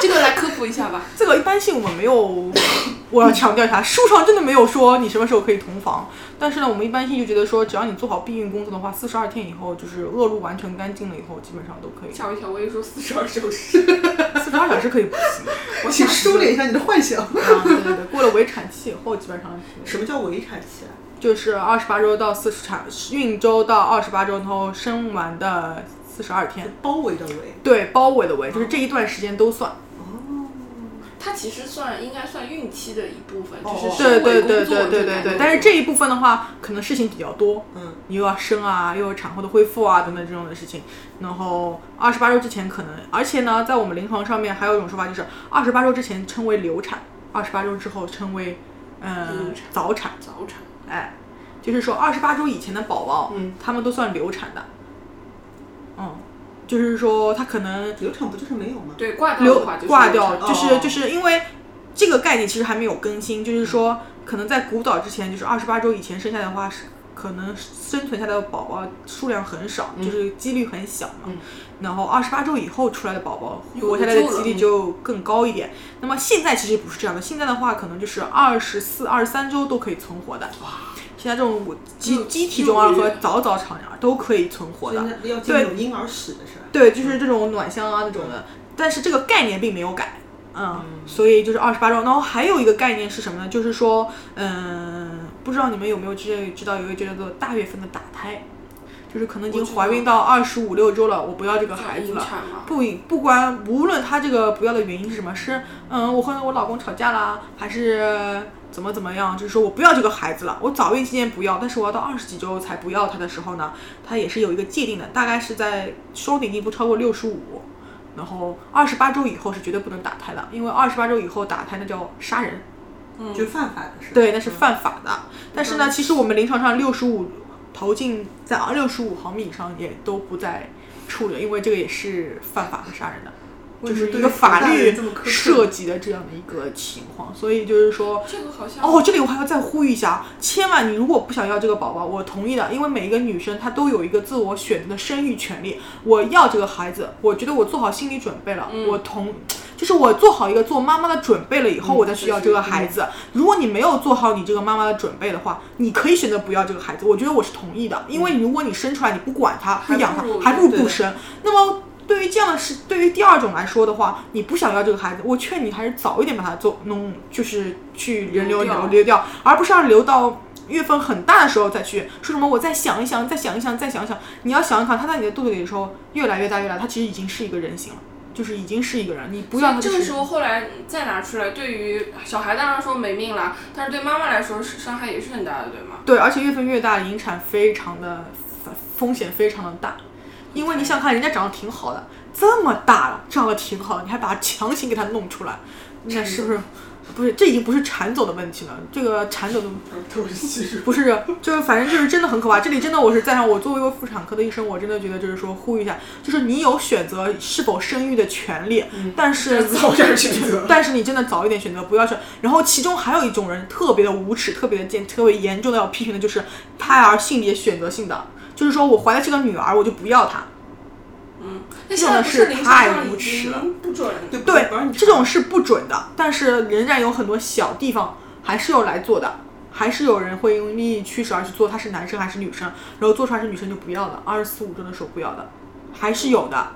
S3: 这个来科普一下吧。
S4: 这个一般性我们没有， 我要强调一下，书上真的没有说你什么时候可以同房，但是呢，我们一般性就觉得说，只要你做好避孕工作的话，四十二天以后就是恶露完全干净了以后，基本上都可以。
S3: 吓我一跳，我也说四十二小时。
S4: 四十二小时可以不行。
S2: 我请收敛一下你的幻想。
S4: 啊，对对对，过了围产期以后，基本上是
S2: 什么叫围产期啊？
S4: 就是二十八周到四十产，孕周到二十八周，然后生完的四十二天，
S2: 包围的围。
S4: 对，包围的围，就是这一段时间都算。
S2: 哦，
S3: 它其实算应该算孕期的一部分，就
S2: 哦
S3: 是
S2: 哦
S3: 身
S4: 对对
S3: 为工
S4: 对
S3: 作
S4: 对对
S3: 这
S4: 对
S3: 男
S4: 对，
S3: 的
S4: 但是这一部分的话，可能事情比较多，
S2: 嗯，
S4: 你又要生啊，又有产后的恢复啊等等这种的事情。然后二十八周之前可能，而且呢，在我们临床上面还有一种说法就是，二十八周之前称为流产，二十八周之后称为呃
S3: 流产
S4: 早产。
S3: 早产。
S4: 哎，就是说二十八周以前的宝宝，
S2: 嗯
S4: 他们都算流产的，嗯，就是说他可能
S2: 流产不就是没有吗？
S3: 对，挂掉
S4: 流
S3: 的话就是
S4: 挂
S3: 流
S4: 掉，
S3: 产
S2: 哦
S4: 就是就是因为这个概念其实还没有更新，就是
S3: 嗯
S4: 说可能在古早之前，就是二十八周以前生下来的话是。可能生存下来的宝宝数量很少，
S3: 嗯
S4: 就是几率很小嘛。
S2: 嗯
S4: 然后二十八周以后出来的宝宝，
S3: 有
S4: 活下来的
S3: 救了嗯
S4: 几率就更高一点。那么现在其实不是这样的，现在的话可能就是二十四、二十三周都可以存活的。现在这种机
S3: 六
S4: 机体中耳
S3: 六个
S4: 和
S3: 月
S4: 早早产儿都可以存活
S2: 所
S4: 的。
S2: 以那要进那种婴儿室的是吧？
S4: 对，就是这种暖箱啊那种的，但是这个概念并没有改，嗯，所以就是二十八周。然后还有一个概念是什么呢？就是说，嗯、不知道你们有没有知知道有一个叫做大月份的打胎，就是可能已经
S3: 我知道
S4: 怀孕到二十五六周了，我不要这个
S3: 早
S4: 孩子
S3: 引
S4: 了。
S3: 产嘛。
S4: 不一不管无论他这个不要的原因是什么，是嗯，我和我老公吵架啦，还是怎么怎么样，就是说我不要这个孩子了，我早孕期间不要，但是我要到二十几周才不要他的时候呢，他也是有一个界定的，大概是在双顶径不超过六十五，然后二十八周以后是绝对不能打胎的，因为二十八周以后打胎那叫杀人，
S3: 嗯
S2: 就犯法的是吧？
S4: 对，那是犯法的。但是呢，
S3: 嗯
S4: 其实我们临床上六十五头径在六十五毫米以上也都不在处理，因为这个也是犯法和杀人的，就
S2: 为什
S4: 是
S2: 么
S4: 一
S2: 对
S4: 个法
S2: 大
S4: 律
S2: 人这么苛刻
S4: 涉及的这样的一个情况。所以就是说，
S3: 这个好像
S4: 哦，，这里我还要再呼吁一下，啊千万你如果不想要这个宝宝，我同意的，因为每一个女生她都有一个自我选择的生育权利。我要这个孩子，我觉得我做好心理准备了，我同。就是我做好一个做妈妈的准备了以后，我再去要这个孩子。如果你没有做好你这个妈妈的准备的话，你可以选择不要这个孩子。我觉得我是同意的，因为如果你生出来你不管他、不养他
S3: 还不，如
S4: 还不如
S2: 对
S4: 不
S2: 的
S4: 生。那么对于这样的事，对于第二种来说的话，你不想要这个孩子，我劝你还是早一点把他做弄，就是去人流
S3: 流
S4: 流
S3: 掉
S4: 流掉，而不是要留到。月份很大的时候再去说什么，我再想一想，再想一想，再想一想。你要想一想，他在你的肚子里的时候越来越大，越来，他其实已经是一个人形了，就是已经是一个人。你不要他
S3: 这
S4: 就是
S3: 个时候后来再拿出来，对于小孩当然说没命了，但是对妈妈来说是伤害也是很大的，对吗？
S4: 对，而且月份越大，引产非常的风风险非常的大，因为你想看人家长得挺好的，这么大了，长得挺好的，你还把它强行给它弄出来，那是不是？不是，这已经不是产走的问题了，这个产走的
S2: 对不 起，
S4: 不是，就是反正就是真的很可怕。这里真的我是在上，我作为一个妇产科的医生，我真的觉得就是说呼吁一下，就是你有选择是否生育的权利，但是
S2: 早点选择
S4: 但是你真的早一点选择，不要选。然后其中还有一种人特别的无耻，特别的贱，特别严重的要批评的就是胎儿性别选择性的，就是说我怀了这个女儿，我就不要她。
S3: 那现在不是临
S4: 太
S3: 床上
S4: 无
S3: 已
S4: 耻了
S3: 经不准了，
S2: 对不
S4: 对
S2: 不让你，
S4: 这种是不准的，但是仍然有很多小地方还是要来做的。还是有人会因利益驱使而去做，他是男生还是女生，然后做出来是女生就不要的，二十四五周的时候不要的，还是有的。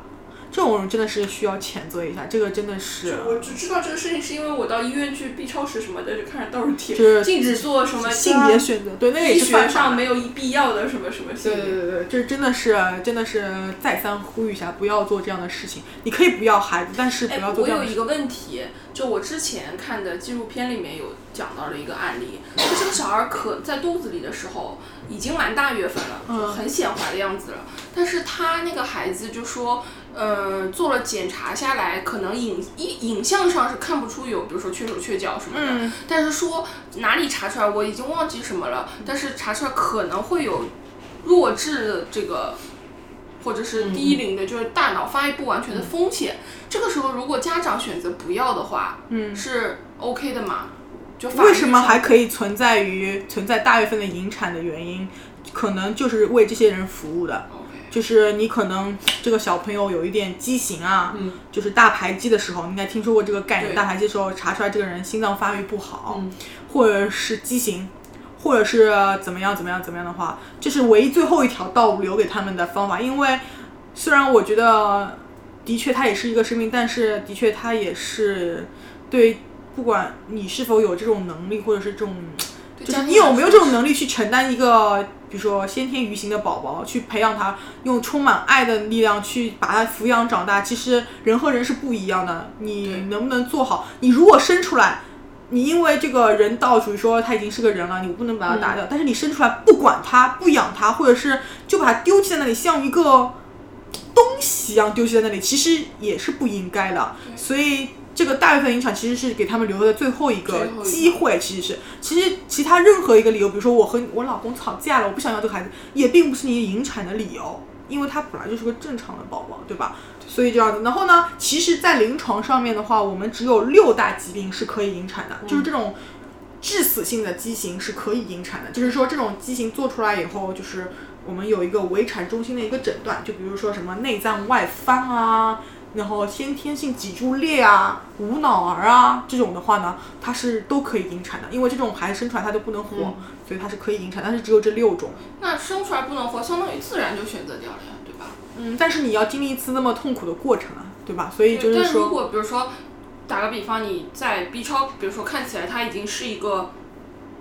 S4: 这种人真的是需要谴责一下，这个真的是
S3: 我只知道这个事情是因为我到医院去 B 超时什么的，就看着都是贴，
S4: 就是
S3: 禁止做什么
S4: 性别选择，对，那个也
S3: 医
S4: 是犯
S3: 学
S4: 法
S3: 上
S4: 的。
S3: 没有必要的什么什么性
S4: 对
S3: 别
S4: 对对对，这真的是真的是再三呼吁一下，不要做这样的事情。你可以不要孩子，但是不
S3: 哎
S4: 要，做
S3: 我
S4: 这样
S3: 有
S4: 的事
S3: 一
S4: 情。
S3: 个问题，就我之前看的纪录片里面有讲到了一个案例，就这个小孩可在肚子里的时候已经满大月份了，
S4: 嗯
S3: 就很显怀的样子了，但是他那个孩子就说。嗯，做了检查下来，可能影影影像上是看不出有，比如说缺手缺脚什么的，
S4: 嗯
S3: 但是说哪里查出来，我已经忘记什么
S4: 嗯
S3: 了，但是查出来可能会有弱智的这个，或者
S4: 嗯
S3: 是低龄的，就是大脑发育不完全的风险。这个时候，如果家长选择不要的话，
S4: 嗯
S3: 是 OK 的嘛？就法律
S4: 为什么
S3: 上
S4: 还可以存在于存在大月份的引产的原因，可能就是为这些人服务的。
S3: OK？
S4: 就是你可能这个小朋友有一点畸形啊，
S2: 嗯
S4: 就是大排畸的时候，你应该听说过这个概念。
S3: 对
S4: 大排畸的时候查出来这个人心脏发育不好，
S2: 嗯
S4: 或者是畸形，或者是怎么样怎么样怎么样的话，这是唯一最后一条道路留给他们的方法。因为虽然我觉得的确它也是一个生命，但是的确它也是对，不管你是否有这种能力，或者是这种。
S3: 对
S4: 就是
S3: 家
S4: 你
S3: 庭
S4: 有没有
S3: 来
S4: 这
S3: 说
S4: 种能力去承担一个，比如说先天愚形的宝宝，去培养他，用充满爱的力量去把他抚养长大。其实人和人是不一样的，
S3: 对
S4: 你能不能做好？你如果生出来，你因为这个人道主义说他已经是个人了，你不能把他
S3: 嗯
S4: 打掉，但是你生出来不管他，不养他，或者是就把他丢弃在那里，像一个东西一样丢弃在那里，其实也是不应该的。所以这个大月份引产其实是给他们留的最后一
S3: 最
S4: 个
S3: 后一个
S4: 机会，其实是其实其他任何一个理由，比如说我和我老公吵架了，我不想要这个孩子，也并不是你引产的理由，因为他本来就是个正常的宝宝，对吧？所以这样子，然后呢，其实，在临床上面的话，我们只有六大疾病是可以引产
S3: 嗯
S4: 的，就是这种致死性的畸形是可以引产的，就是说这种畸形做出来以后，就是我们有一个围产中心的一个诊断，就比如说什么内脏外翻啊，然后先天性脊柱裂啊、无脑儿啊这种的话呢，它是都可以引产的，因为这种孩子生出来他都不能活，
S3: 嗯
S4: 所以它是可以引产，但是只有这六种。
S3: 那生出来不能活，相当于自然就选择掉了呀，对吧？
S4: 嗯，但是你要经历一次那么痛苦的过程啊，对吧？所以就
S3: 对
S4: 是
S3: 但如
S4: 说，
S3: 果比如说，打个比方，你在 B 超，比如说看起来他已经是一个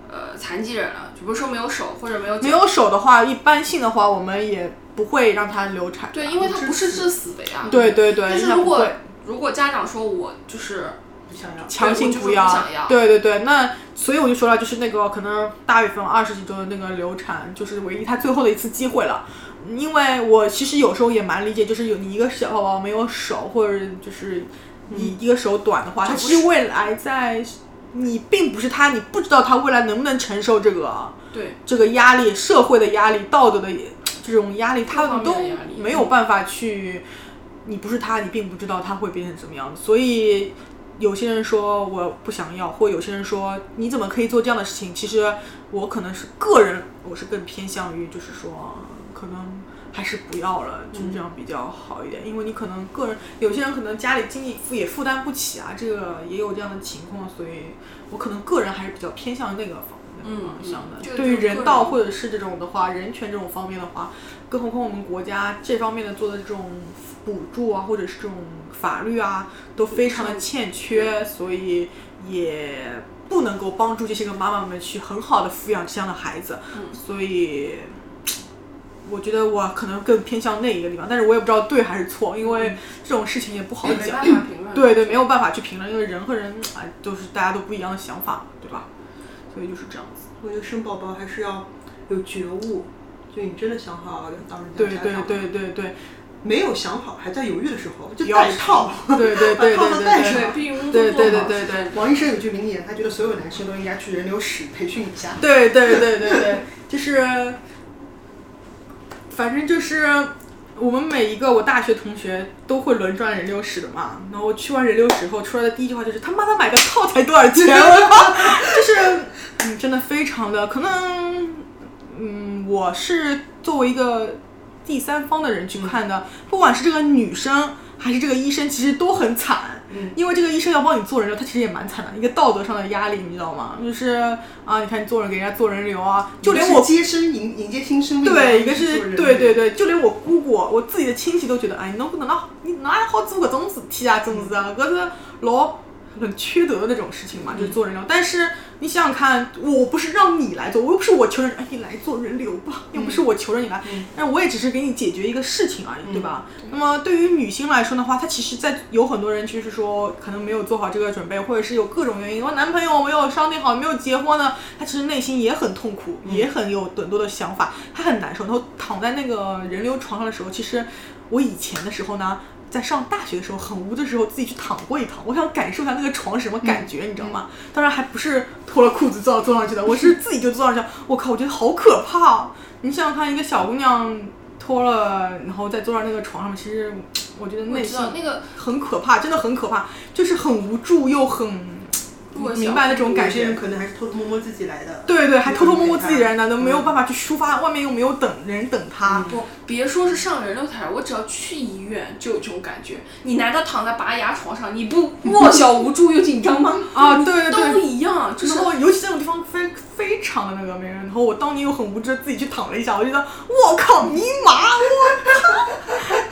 S3: 呃残疾人了，就不是说没有手或者没有脚
S4: 没有手的话，一般性的话，我们也不会让他流产的。
S3: 对，因为他不是致死的呀。
S4: 对对对，
S3: 但是
S4: 应该
S3: 如
S4: 不
S3: 果
S4: 会
S3: 如果家长说我就是
S2: 不想要。
S4: 强行
S3: 对我就是
S4: 要，
S3: 不想要
S4: 对对对，那所以我就说了，就是那个可能大月份二十几周的那个流产，就是唯一他最后的一次机会了。因为我其实有时候也蛮理解，就是有你一个小宝宝没有手，或者就是你一个手短的话，他
S3: 嗯就不
S4: 其实未来在你并不是他，你不知道他未来能不能承受这个
S3: 对
S4: 这个压力、社会的压力、道德的这种压力，他们
S3: 各
S4: 都
S3: 方面的压力
S4: 没有办法去。你不是他，你并不知道他会变成什么样子，所以有些人说我不想要，或有些人说你怎么可以做这样的事情？其实我可能是个人，我是更偏向于就是说，可能还是不要了，就是这样比较好一点。因为你可能个人，有些人可能家里经济负也负担不起啊，这个也有这样的情况，所以我可能个人还是比较偏向于那个方那个
S3: 嗯
S4: 方向的。
S3: 这个
S4: 对于
S3: 就是个
S4: 人道
S3: 人
S4: 或者是这种的话，人权这种方面的话，更何况我们国家这方面的做的这种补助啊，或者是这种法律啊，都非常的欠缺，所以也不能够帮助这些个妈妈们去很好的抚养这样的孩子。所以，我觉得我可能更偏向那一个地方，但是我也不知道对还是错，因为这种事情也不好
S3: 没
S4: 讲
S3: 办。法评论。
S4: 对对，没有办法去评论，因为人和人哎，就是大家都不一样的想法，对吧？所以就是这样子。
S2: 我觉得生宝宝还是要有觉悟，就你真的想好要当人家
S4: 对
S2: 家
S4: 对
S2: 长，
S4: 对对对。
S2: 没有想好还在犹豫的时候就
S4: 不要
S2: 戴套。
S4: 对对对对
S2: 把套
S4: 对
S2: 子戴
S4: 对
S2: 上
S3: 对，避孕工作
S4: 对对
S3: 做
S4: 对
S3: 好
S4: 对对
S2: 王医生有句名言，他觉得所有男生都应该去人流室培训一下。
S4: 对对对对对，就是，反正就是我们每一个我大学同学都会轮转人流室的嘛。然后去完人流室以后出来的第一句话就是他妈的买个套才多少钱？我靠， 就是嗯，真的非常的可能，嗯，我是作为一个第三方的人去看的，不管是这个女生还是这个医生，其实都很惨。
S2: 嗯
S4: 因为这个医生要帮你做人流，他其实也蛮惨的，一个道德上的压力，你知道吗？就是啊，你看你做人给人家做人流啊，就连我
S2: 是接生迎迎接新生命啊，
S4: 对，一个
S2: 就是人类
S4: 对对对，就连我姑姑，我自己的亲戚都觉得，哎，侬搿能啦，你哪能好做搿种事体啊？真是啊，搿是老很缺德的那种事情嘛，就是做人流。但是你想想看，我不是让你来做，我又不是我求人，哎，你来做人流吧，又不是我求着你来，但我也只是给你解决一个事情而已，对吧？那么对于女性来说的话，她其实，在有很多人就是说，可能没有做好这个准备，或者是有各种原因，我男朋友没有商定好，没有结婚呢，她其实内心也很痛苦，也很有很多的想法，她很难受。然后躺在那个人流床上的时候，其实我以前的时候呢。在上大学的时候，很无的时候，自己去躺过一躺，我想感受一下那个床是什么感觉，你知道吗？当然还不是脱了裤子坐坐上去的，我是自己就坐上去了。我靠，我觉得好可怕、啊！你想想看，一个小姑娘脱了，然后再坐到那个床上面，其实我觉得
S3: 我
S4: 内
S3: 知
S4: 心
S3: 道那个
S4: 很可怕，真的很可怕，就是很无助又很
S3: 我
S4: 明白那种感
S2: 有些
S4: 觉
S2: 人。可能还是偷偷摸摸自己来的，
S4: 对对，还偷偷摸摸自己人呢，都
S2: 嗯
S4: 没有办法去抒发，外面又没有等人等他。
S3: 不，别说是上人流台，我只要去医院就有这种感觉。你难道躺在拔牙床上，你不弱小无助又紧张吗？
S4: 啊，对对
S3: 都
S4: 对。
S3: 一样，就是
S4: 然后，尤其这种地方非非常的那个没人。然后我当年又很无知，自己去躺了一下，我觉得我靠， 尼玛，我靠，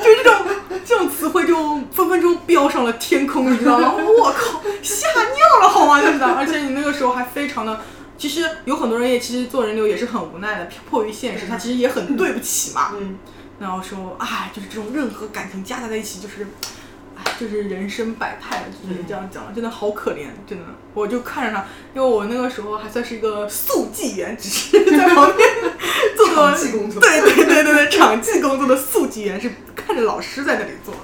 S4: 就这种这种词汇就分分钟飙上了天空，你知道吗？我靠，吓尿了好吗？就是的，而且你那个时候还非常的。其实有很多人也其实做人流也是很无奈的，迫于现实，他其实也很对不起嘛。
S2: 嗯，
S4: 然后说，哎，就是这种任何感情夹杂在一起，就是，哎，就是人生百态了，就是这样讲了，真的好可怜，真的。我就看着他，因为我那个时候还算是一个速记员，只是在旁边做做
S2: 长期工作
S4: 对对对对对，场记工作的速记员是看着老师在那里做的。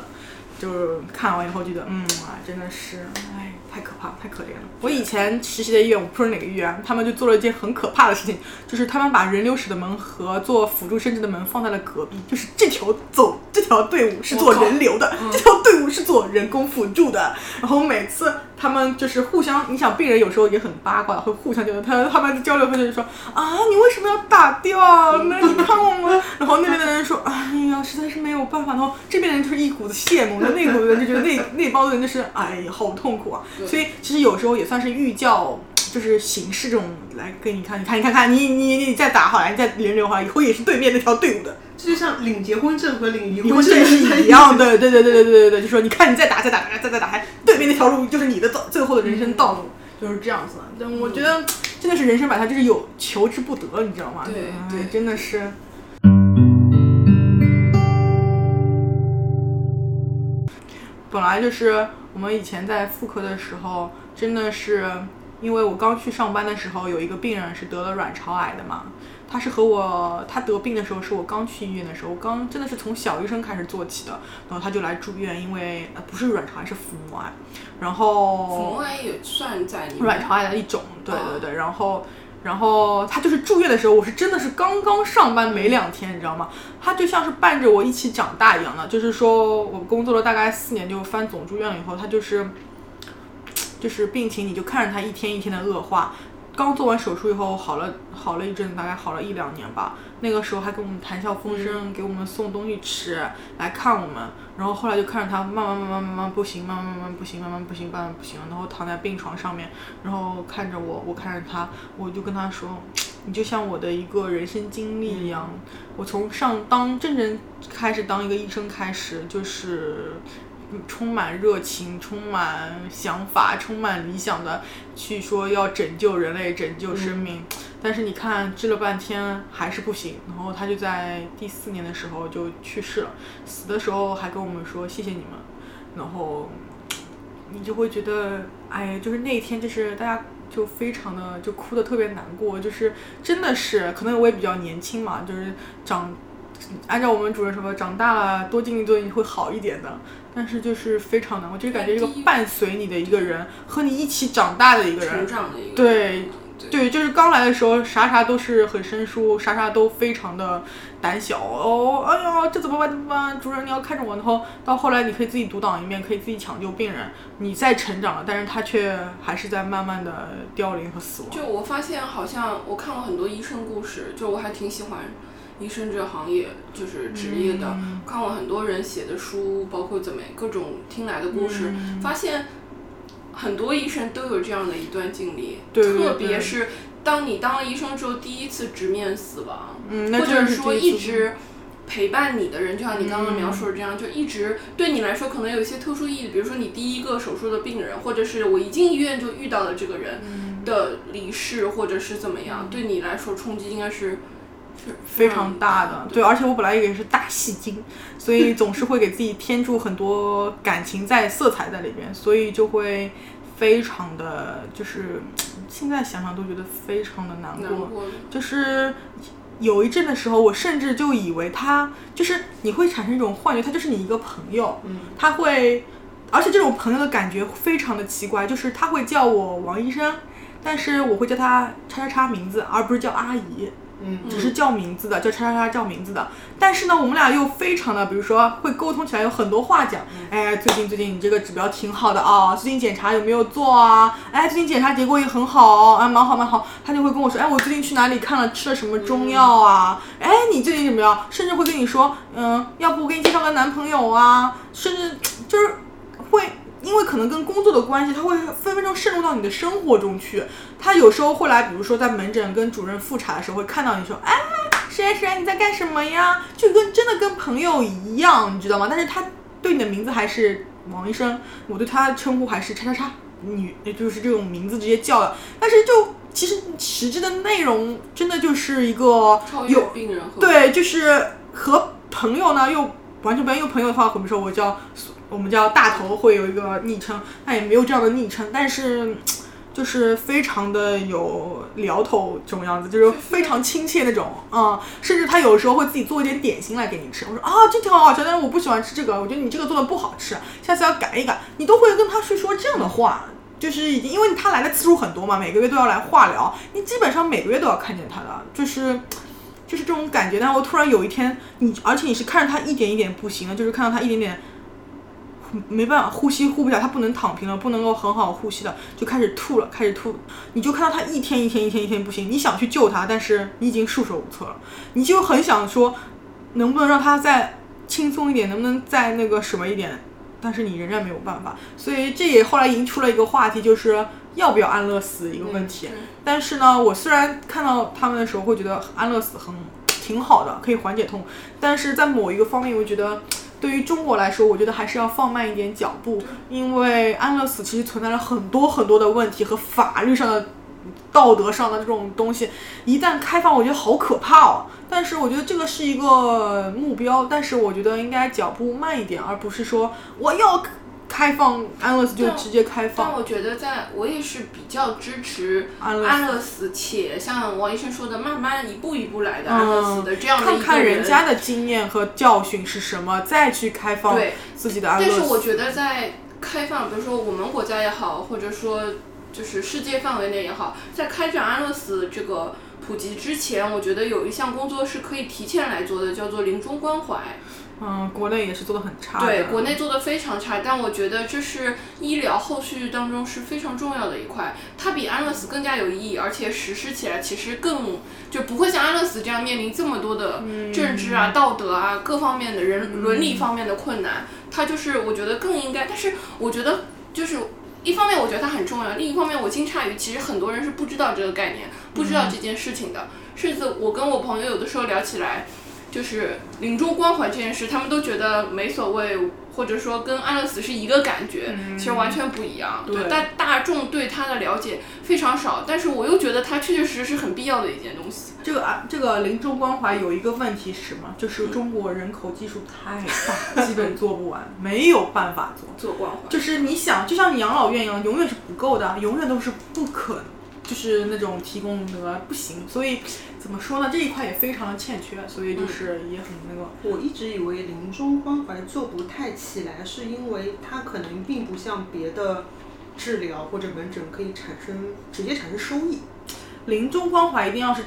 S4: 就是看完以后觉得，嗯啊，真的是，哎，太可怕，太可怜了。我以前实习的医院，我不说哪个医院，他们就做了一件很可怕的事情，就是他们把人流室的门和做辅助生殖的门放在了隔壁，就是这条走这条队伍是做人流的，这条队伍是做人工辅助的。然后每次他们就是互相，你想病人有时候也很八卦，会互相觉得他他们交流会就是说啊，你为什么要打掉啊？那你看我吗？然后那边的人说，哎呀，实在是没有办法。然后这边人就是一股子羡慕，那那股子人就觉得那那帮人就是哎呀，好痛苦啊。
S3: 对
S4: 所以其实有时候也算是寓教。就是形式这种来给你看，你看，你看看，你你你再打好了，你再轮流好了，以后也是对面那条队伍的，
S2: 这就像领结婚证和领离
S4: 离婚证
S2: 证
S4: 是一样的，对对对对对对对，就说你看你再打再打再再打，还对面那条路就是你的道，最后的人
S3: 嗯
S4: 生道路、就是这样子的。但我觉得真的是人生百态，就是有求之不得，你知道吗？
S3: 对
S4: 哎
S3: 对
S4: 真的是。本来就是我们以前在妇科的时候，真的是因为我刚去上班的时候，有一个病人是得了卵巢癌的嘛。他是和我，他得病的时候是我刚去医院的时候，我刚真的是从小医生开始做起的，然后他就来住院，因为呃不是卵巢癌是腹膜癌，然后
S3: 母爱也算在里面。嗯
S4: 卵巢癌的一种，对对对，然后。然后他就是住院的时候，我是真的是刚刚上班没两天，你知道吗？他就像是伴着我一起长大一样的，就是说我工作了大概四年，就翻总住院了以后，他就是，就是病情你就看着他一天一天的恶化。刚做完手术以后好了，好了一阵子，大概好了一两年吧。那个时候还给我们谈笑风
S3: 嗯
S4: 生，给我们送东西吃，来看我们。然后后来就看着他慢慢慢慢慢慢不行，慢慢慢慢不行，慢慢不行，慢慢不行，然后躺在病床上面，然后看着我，我看着他，我就跟他说，你就像我的一个人生经历一样，我从上当真正开始当一个医生开始，就是嗯充满热情、充满想法、充满理想的去说要拯救人类、拯救生命。但是你看，治了半天还是不行，然后他就在第四年的时候就去世了。死的时候还跟我们说谢谢你们，然后你就会觉得，哎，就是那一天，就是大家就非常的就哭的特别难过，就是真的是，可能我也比较年轻嘛，就是长，按照我们主任说的，长大了多经历多经历会好一点的。但是就是非常难过，就是感觉这个伴随你的一个人，和你一起长大的一个
S3: 成
S4: 人，
S3: 长的一个
S4: 对
S3: 对
S4: 对，就是刚来的时候，啥啥都是很生疏，啥啥都非常的胆小。哦，哎呀，这怎么办？怎么办？主任你要看着我。然后到后来，你可以自己独当一面，可以自己抢救病人，你在成长了，但是他却还是在慢慢的凋零和死亡。
S3: 就我发现，好像我看过很多医生故事，就我还挺喜欢医生这个行业就是职业的，
S4: 嗯
S3: 看过很多人写的书，包括怎么各种听来的故事，
S4: 嗯
S3: 发现很多医生都有这样的一段经历，
S4: 对对
S3: 特别
S4: 对
S3: 是当你当了医生之后，第一次直面死亡，
S4: 嗯，那
S3: 或
S4: 真
S3: 者
S4: 的是
S3: 说
S4: 第一
S3: 一
S4: 次
S3: 直陪伴你的人，就像你刚刚描
S4: 嗯
S3: 述的这样，就一直对你来说可能有一些特殊意义，比如说你第一个手术的病人，或者是我一进医院就遇到了这个人的离世，或者是怎么
S4: 嗯
S3: 样，对你来说冲击应该是是
S4: 非常大的，
S3: 嗯
S4: 对，而且我本来也是大戏精，所 以总是会给自己添注很多感情在色彩在里边，所以就会非常的，就是现在想想都觉得非常的难
S3: 难
S4: 过，
S3: 过的。
S4: 就是有一阵的时候，我甚至就以为他就是你会产生一种幻觉，他就是你一个朋友，他会，而且这种朋友的感觉非常的奇怪，就是他会叫我王医生，但是我会叫他叉叉叉名字，而不是叫阿姨。
S2: 嗯
S4: 只是叫名字的，叫叉叉叉叫名字的。但是呢，我们俩又非常的，比如说会沟通起来，有很多话讲。哎，最近最近你这个指标挺好的啊、最近检查有没有做啊？哎，最近检查结果也很好哦，啊，蛮好蛮好。他就会跟我说，哎，我最近去哪里看了，吃了什么中药啊？哎，你最近怎么样？甚至会跟你说，嗯，要不我给你介绍个男朋友啊？甚至就是会。因为可能跟工作的关系，他会分分钟渗入到你的生活中去。他有时候会来，比如说在门诊跟主任复查的时候，会看到你说，哎，谁谁谁你在干什么呀？就跟真的跟朋友一样，你知道吗？但是他对你的名字还是王医生，我对他称呼还是叉叉叉女，也就是这种名字直接叫的。但是就其实实质的内容，真的就是一个
S3: 超越
S4: 有
S3: 病人和
S4: 对，就是和朋友呢又完全不一样。因为朋友的话，我们说我叫我们叫大头，会有一个昵称，那也没有这样的昵称，但是就是非常的有聊头这种样子，就是非常亲切那种。嗯，甚至他有时候会自己做一点点心来给你吃。我说啊，这挺好吃，但是我不喜欢吃这个，我觉得你这个做的不好吃，下次要改一改。你都会跟他去说这样的话。就是已经，因为他来的次数很多嘛，每个月都要来化疗，你基本上每个月都要看见他的，就是就是这种感觉。然后突然有一天，你而且你是看着他一点一点不行了，就是看到他一点点呼没办法呼吸呼不了，他不能躺平了，不能够很好呼吸了，就开始吐了，开始吐。你就看到他一天一天一天一天不行，你想去救他，但是你已经束手无策了，你就很想说，能不能让他再轻松一点，能不能再那个什么一点？但是你仍然没有办法，所以这也后来引出了一个话题，就是要不要安乐死一个问
S3: 嗯
S4: 题。但是呢，我虽然看到他们的时候会觉得安乐死很挺好的，可以缓解痛，但是在某一个方面，我觉得对于中国来说，我觉得还是要放慢一点脚步，因为安乐死其实存在了很多很多的问题和法律上的、道德上的这种东西，一旦开放，我觉得好可怕哦。但是我觉得这个是一个目标，但是我觉得应该脚步慢一点，而不是说我要开放安乐死就
S3: 对
S4: 直接开
S3: 嗯但
S4: 放。
S3: 我觉得在，我也是比较支持
S4: 安乐死
S3: 安乐死，且像王医生说的，慢慢一步一步来的安乐死
S4: 嗯
S3: 的这样的一
S4: 看
S3: 个
S4: 看人家的经验和教训是什么，再去开放
S3: 对
S4: 自己的安乐
S3: 但
S4: 死。
S3: 是我觉得在开放，比如说我们国家也好，或者说就是世界范围内也好，在开展安乐死这个普及之前，我觉得有一项工作是可以提前来做的，叫做临终关怀。
S4: 嗯，国内也是做的很差的。
S3: 对，国内做的非常差，但我觉得这是医疗后续当中是非常重要的一块，它比安乐死更加有意义，而且实施起来其实更就不会像安乐死这样面临这么多的政治啊、道德啊各方面的人、伦理方面的困难。它就是我觉得更应该，但是我觉得就是。一方面我觉得它很重要，另一方面我惊诧于其实很多人是不知道这个概念，不知道这件事情的。甚至我跟我朋友有的时候聊起来，就是临终关怀这件事，他们都觉得没所谓，或者说跟安乐死是一个感觉，其实完全不一样。
S4: 嗯对
S3: 但大众对它的了解非常少，但是我又觉得它确确实实是很必要的一件东西。
S4: 这个啊，这个临终关怀有一个问题是什么？就是中国人口基数太 大，基本做不完，没有办法做。
S3: 做关怀，
S4: 就是你想，就像你养老院一样，永远是不够的，啊永远都是不可，就是那种提供的不行。所以怎么说呢？这一块也非常的欠缺，所以就是
S3: 嗯
S4: 也很那个。
S2: 我一直以为临终关怀做不太起来，是因为它可能并不像别的治疗或者门诊可以产生直接产生收益。
S4: 临终关怀一定要是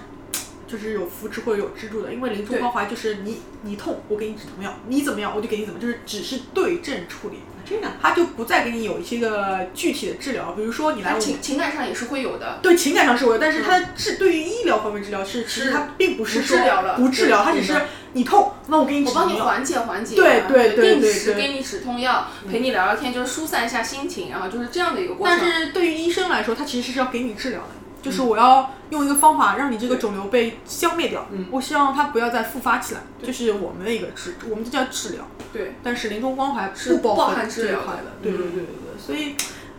S4: 就是有扶持或者有支柱的，因为临终
S3: 对
S4: 关怀就是你你痛我给你止痛药，你怎么样我就给你怎么，就是只是对症处理，
S2: 这样，
S4: 他就不再给你有一些个具体的治疗，比如说你来我们
S3: 情情感上也是会有的，
S4: 对情感上是有，但是他治对于医疗方面治疗是，其实他并不是
S3: 不
S4: 说
S3: 治疗了
S4: 不治疗，
S3: 对
S4: 他只是你痛，那我给你止
S3: 我帮
S4: 痛
S3: 你
S4: 药。
S3: 缓解缓解，啊
S4: 对对对
S3: 定
S4: 对
S3: 时
S4: 对
S3: 给你止痛药，陪你聊聊天，就是疏散一下心情，然后就是这样的一个过程。
S4: 但是对于医生来说，他其实是要给你治疗的，
S3: 嗯
S4: 就是我要用一个方法让你这个肿瘤被消灭掉，
S3: 嗯
S4: 我希望它不要再复发起来，就是我们的一个治，我们这叫治疗。
S3: 对，
S4: 但是临终关怀
S3: 是
S4: 包
S3: 不包
S4: 含
S3: 含治
S4: 这一
S3: 疗
S4: 块
S3: 的
S4: 的，
S3: 嗯
S4: 对对对对对，所以。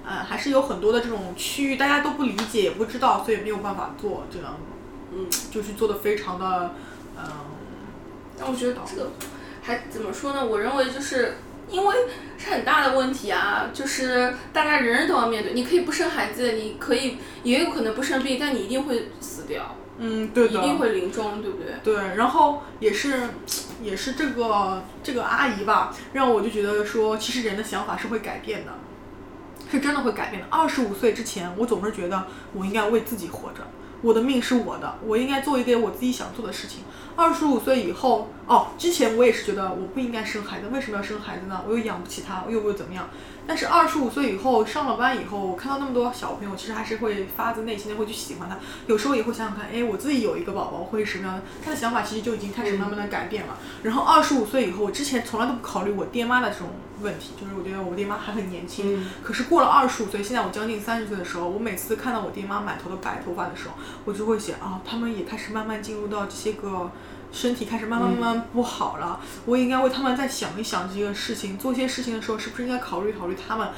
S4: 呃，还是有很多的这种区域，大家都不理解，也不知道，所以没有办法做这样，
S3: 嗯，
S4: 就是做的非常的，嗯、
S3: 但我觉得这个还怎么说呢？我认为就是因为是很大的问题啊，就是大家人人都要面对。你可以不生孩子，你可以也有可能不生病，但你一定会死掉，
S4: 嗯，对
S3: 一
S4: 的，
S3: 定会临终，对不对？
S4: 对，然后也是，也是这个这个阿姨吧，让我就觉得说，其实人的想法是会改变的，是真的会改变的。二十五岁之前，我总是觉得我应该为自己活着，我的命是我的，我应该做一点我自己想做的事情。二十五岁以后，哦，之前我也是觉得我不应该生孩子，为什么要生孩子呢？我又养不起他，又又怎么样？但是二十五岁以后上了班以后，我看到那么多小朋友，其实还是会发自内心的会去喜欢他。有时候也会想想看，哎，我自己有一个宝宝会是什么样的？他的想法其实就已经开始慢慢的改变了。然后二十五岁以后，我之前从来都不考虑我爹妈的这种问题，就是我觉得我爹妈还很年轻。
S2: 嗯
S4: 可是过了二十五岁，现在我将近三十岁的时候，我每次看到我爹妈满头的白头发的时候，我就会想啊，他们也开始慢慢进入到这些个。身体开始慢慢慢慢不好了，我也应该为他们再想一想这个事情，做一些事情的时候是不是应该考虑考虑他们？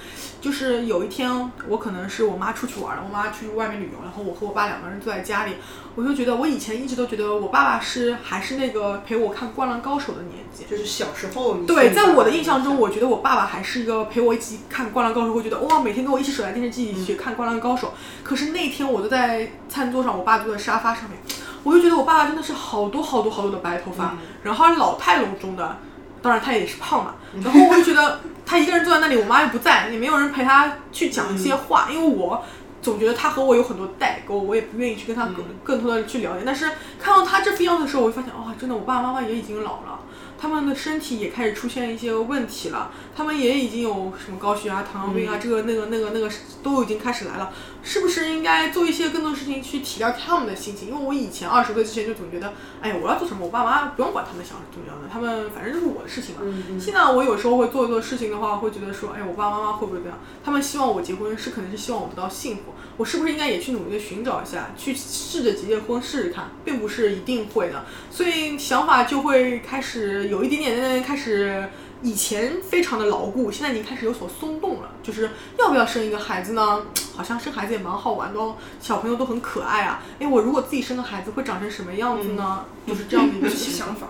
S4: 就是有一天我可能是我妈出去玩了，我妈去外面旅游，然后我和我爸两个人坐在家里，我就觉得我以前一直都觉得我爸爸是还是那个陪我看《灌篮高手》的年纪，
S2: 就是小时候你
S4: 对，在我的印象中，我觉得我爸爸还是一个陪我一起看《灌篮高手》，会觉得哇，每天跟我一起守在电视机里去看《灌篮高手》。可是那天我都在餐桌上，我爸坐在沙发上面，我就觉得我爸爸真的是好多好多好多的白头发，然后他老态龙钟的，当然他也是胖嘛。然后我就觉得他一个人坐在那里，我妈又不在，也没有人陪他去讲一些话，因为我。总觉得他和我有很多代沟，我也不愿意去跟他更更多的去了解。但是看到他这副样子的时候，我就发现，哇、真的，我爸爸妈妈也已经老了，他们的身体也开始出现一些问题了，他们也已经有什么高血压、糖尿病啊，这个那个那个那个都已经开始来了，是不是应该做一些更多的事情去体谅他们的心情？因为我以前二十岁之前就总觉得，哎呀，我要做什么，我爸妈不用管他们想怎么样的，他们反正就是我的事情嘛。现在我有时候会做一做事情的话，会觉得说，哎，我爸爸妈妈会不会这样？他们希望我结婚是肯定是希望我得到幸福，我是不是应该也去努力的寻找一下，去试着结结婚试试看，并不是一定会的，所以想法就会开始有一点点的开始。以前非常的牢固，现在已经开始有所松动了。就是要不要生一个孩子呢？好像生孩子也蛮好玩的哦，小朋友都很可爱啊。哎，我如果自己生个孩子会长成什么样子呢？就是这样的一个想法。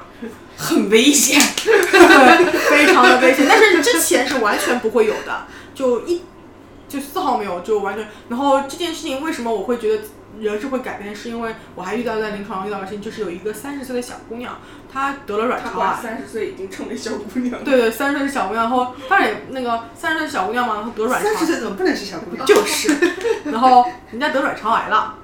S1: 很危险。
S4: 非常的危险，但是之前是完全不会有的，就一就丝毫没有，就完全。然后这件事情为什么我会觉得人是会改变，是因为我还遇到在临床上遇到的事情，就是有一个三十岁的小姑娘，她得了卵
S3: 她
S4: 巢
S3: 把
S4: 癌。
S3: 三十岁已经成为小姑娘了，
S4: 对对，三十岁的小姑娘，然后当然也那个三十岁的小姑娘嘛，然后得卵巢
S2: 三十
S4: 癌，
S2: 岁怎么不能是小姑娘？
S4: 就是，然后人家得卵巢癌了。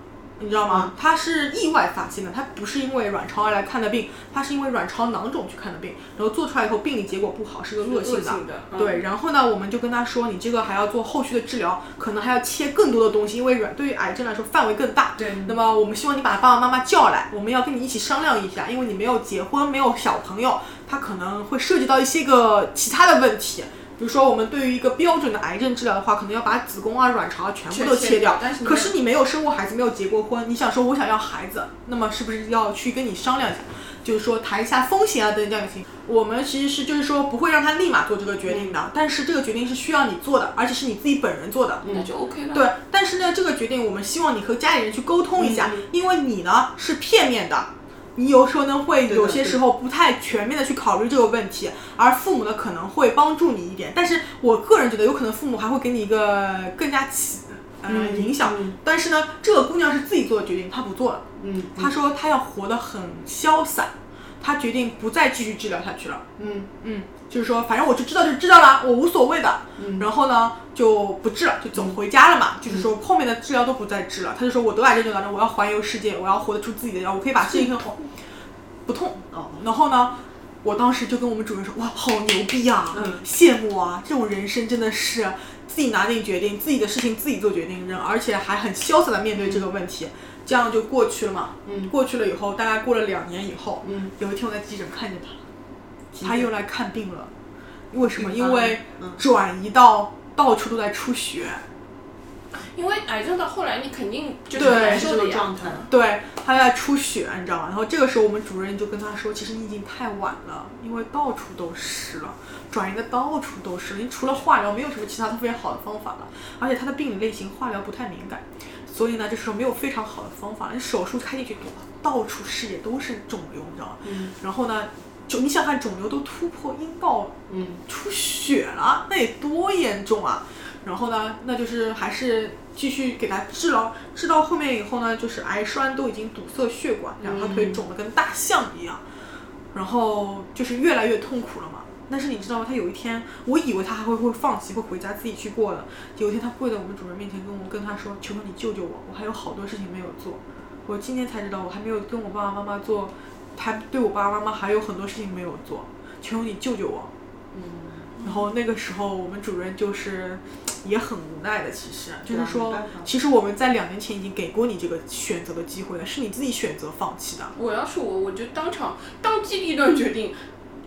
S4: 你知道
S3: 嗯
S4: 吗？她是意外发现的，她不是因为卵巢癌来看的病，她是因为卵巢囊肿去看的病，然后做出来以后病理结果不好，是个恶性
S3: 恶
S4: 的。
S3: 性的，嗯
S4: 对，然后呢，我们就跟他说，你这个还要做后续的治疗，可能还要切更多的东西，因为软对于癌症来说范围更大。
S3: 对
S4: 那么我们希望你把爸爸妈妈叫来，我们要跟你一起商量一下，因为你没有结婚，没有小朋友，它可能会涉及到一些个其他的问题。比如说，我们对于一个标准的癌症治疗的话，可能要把子宫啊、卵巢啊全部
S3: 全
S4: 都
S3: 切
S4: 切掉
S3: 掉。但是
S4: 可
S3: 没
S4: 是你没有生过孩子，没有结过婚，你想说我想要孩子，那么是不是要去跟你商量一下？就是说谈一下风险啊等等这样的情况。我们其实是就是说不会让他立马做这个决定的，但是这个决定是需要你做的，而且是你自己本人做的。
S3: 那就 OK 了。
S4: 对，但是呢，这个决定我们希望你和家里人去沟通一下，
S2: 嗯
S4: 因为你呢是片面的，你有时候呢会
S2: 的
S4: 有些
S2: 对
S4: 时候不太全面的去考虑这个问题，而父母呢可能会帮助你一点，但是我个人觉得有可能父母还会给你一个更加起呃
S2: 嗯
S4: 影响，但是呢，这个姑娘是自己做的决定，她不做了，
S2: 嗯，
S4: 她说她要活得很潇洒，她决定不再继续治疗下去了。
S2: 嗯
S4: 嗯，就是说反正我就知道就知道了，我无所谓的。
S2: 嗯
S4: 然后呢就不治了，就走回家了嘛。就是说
S2: 嗯
S4: 后面的治疗都不再治了，他就说我得癌症就得癌症，我要环游世界，我要活得出自己的，然后我可以把事情干 好，不痛。
S2: 哦，
S4: 然后呢，我当时就跟我们主任说，哇，好牛逼啊，
S2: 嗯
S4: 羡慕啊，这种人生真的是自己拿定决定，自己的事情自己做决定，人而且还很潇洒的面对这个问题，这样就过去了嘛。
S2: 嗯
S4: 过去了以后，大概过了两年以后，
S2: 嗯，
S4: 有一天我在急诊看见他，
S2: 急诊
S4: 他又来看病了。为什么？
S2: 病
S4: 因为
S2: 发了嗯
S4: 转移到到处都在出血。
S3: 因为癌症到后来你肯定就是
S4: 对
S3: 难
S2: 是
S3: 受
S2: 这
S3: 的
S2: 个
S3: 呀。
S2: 状态。
S4: 对，他在出血，你知道吗？然后这个时候我们主任就跟他说，其实你已经太晚了，因为到处都是了，转移的到处都是了，你除了化疗没有什么其他特别好的方法了，而且他的病理类型化疗不太敏感，所以呢，就是说没有非常好的方法，你手术开进去，到处视野都是肿瘤，你知道吗？
S2: 嗯
S4: 然后呢，就你想看肿瘤都突破阴道
S2: 嗯
S4: 出血了，那得多严重啊！然后呢，那就是还是继续给他治疗，治到后面以后呢，就是癌栓都已经堵塞血管，两条腿肿得跟大象一样，然后就是越来越痛苦了嘛。但是你知道吗？他有一天，我以为他还会会放弃，会回家自己去过的。有一天，他跪在我们主任面前跟我跟他说：“求求你救救我，我还有好多事情没有做。我今天才知道，我还没有跟我爸爸妈妈做，还对我爸爸妈妈还有很多事情没有做。求求你救救我。”
S2: 嗯，
S4: 然后那个时候我们主任就是也很无奈的，其实就
S2: 对啊
S4: 是
S2: 没
S4: 说
S2: 办法，
S4: 其实我们在两年前已经给过你这个选择的机会了，是你自己选择放弃的。
S3: 我要是我，我就当场当机立断决定，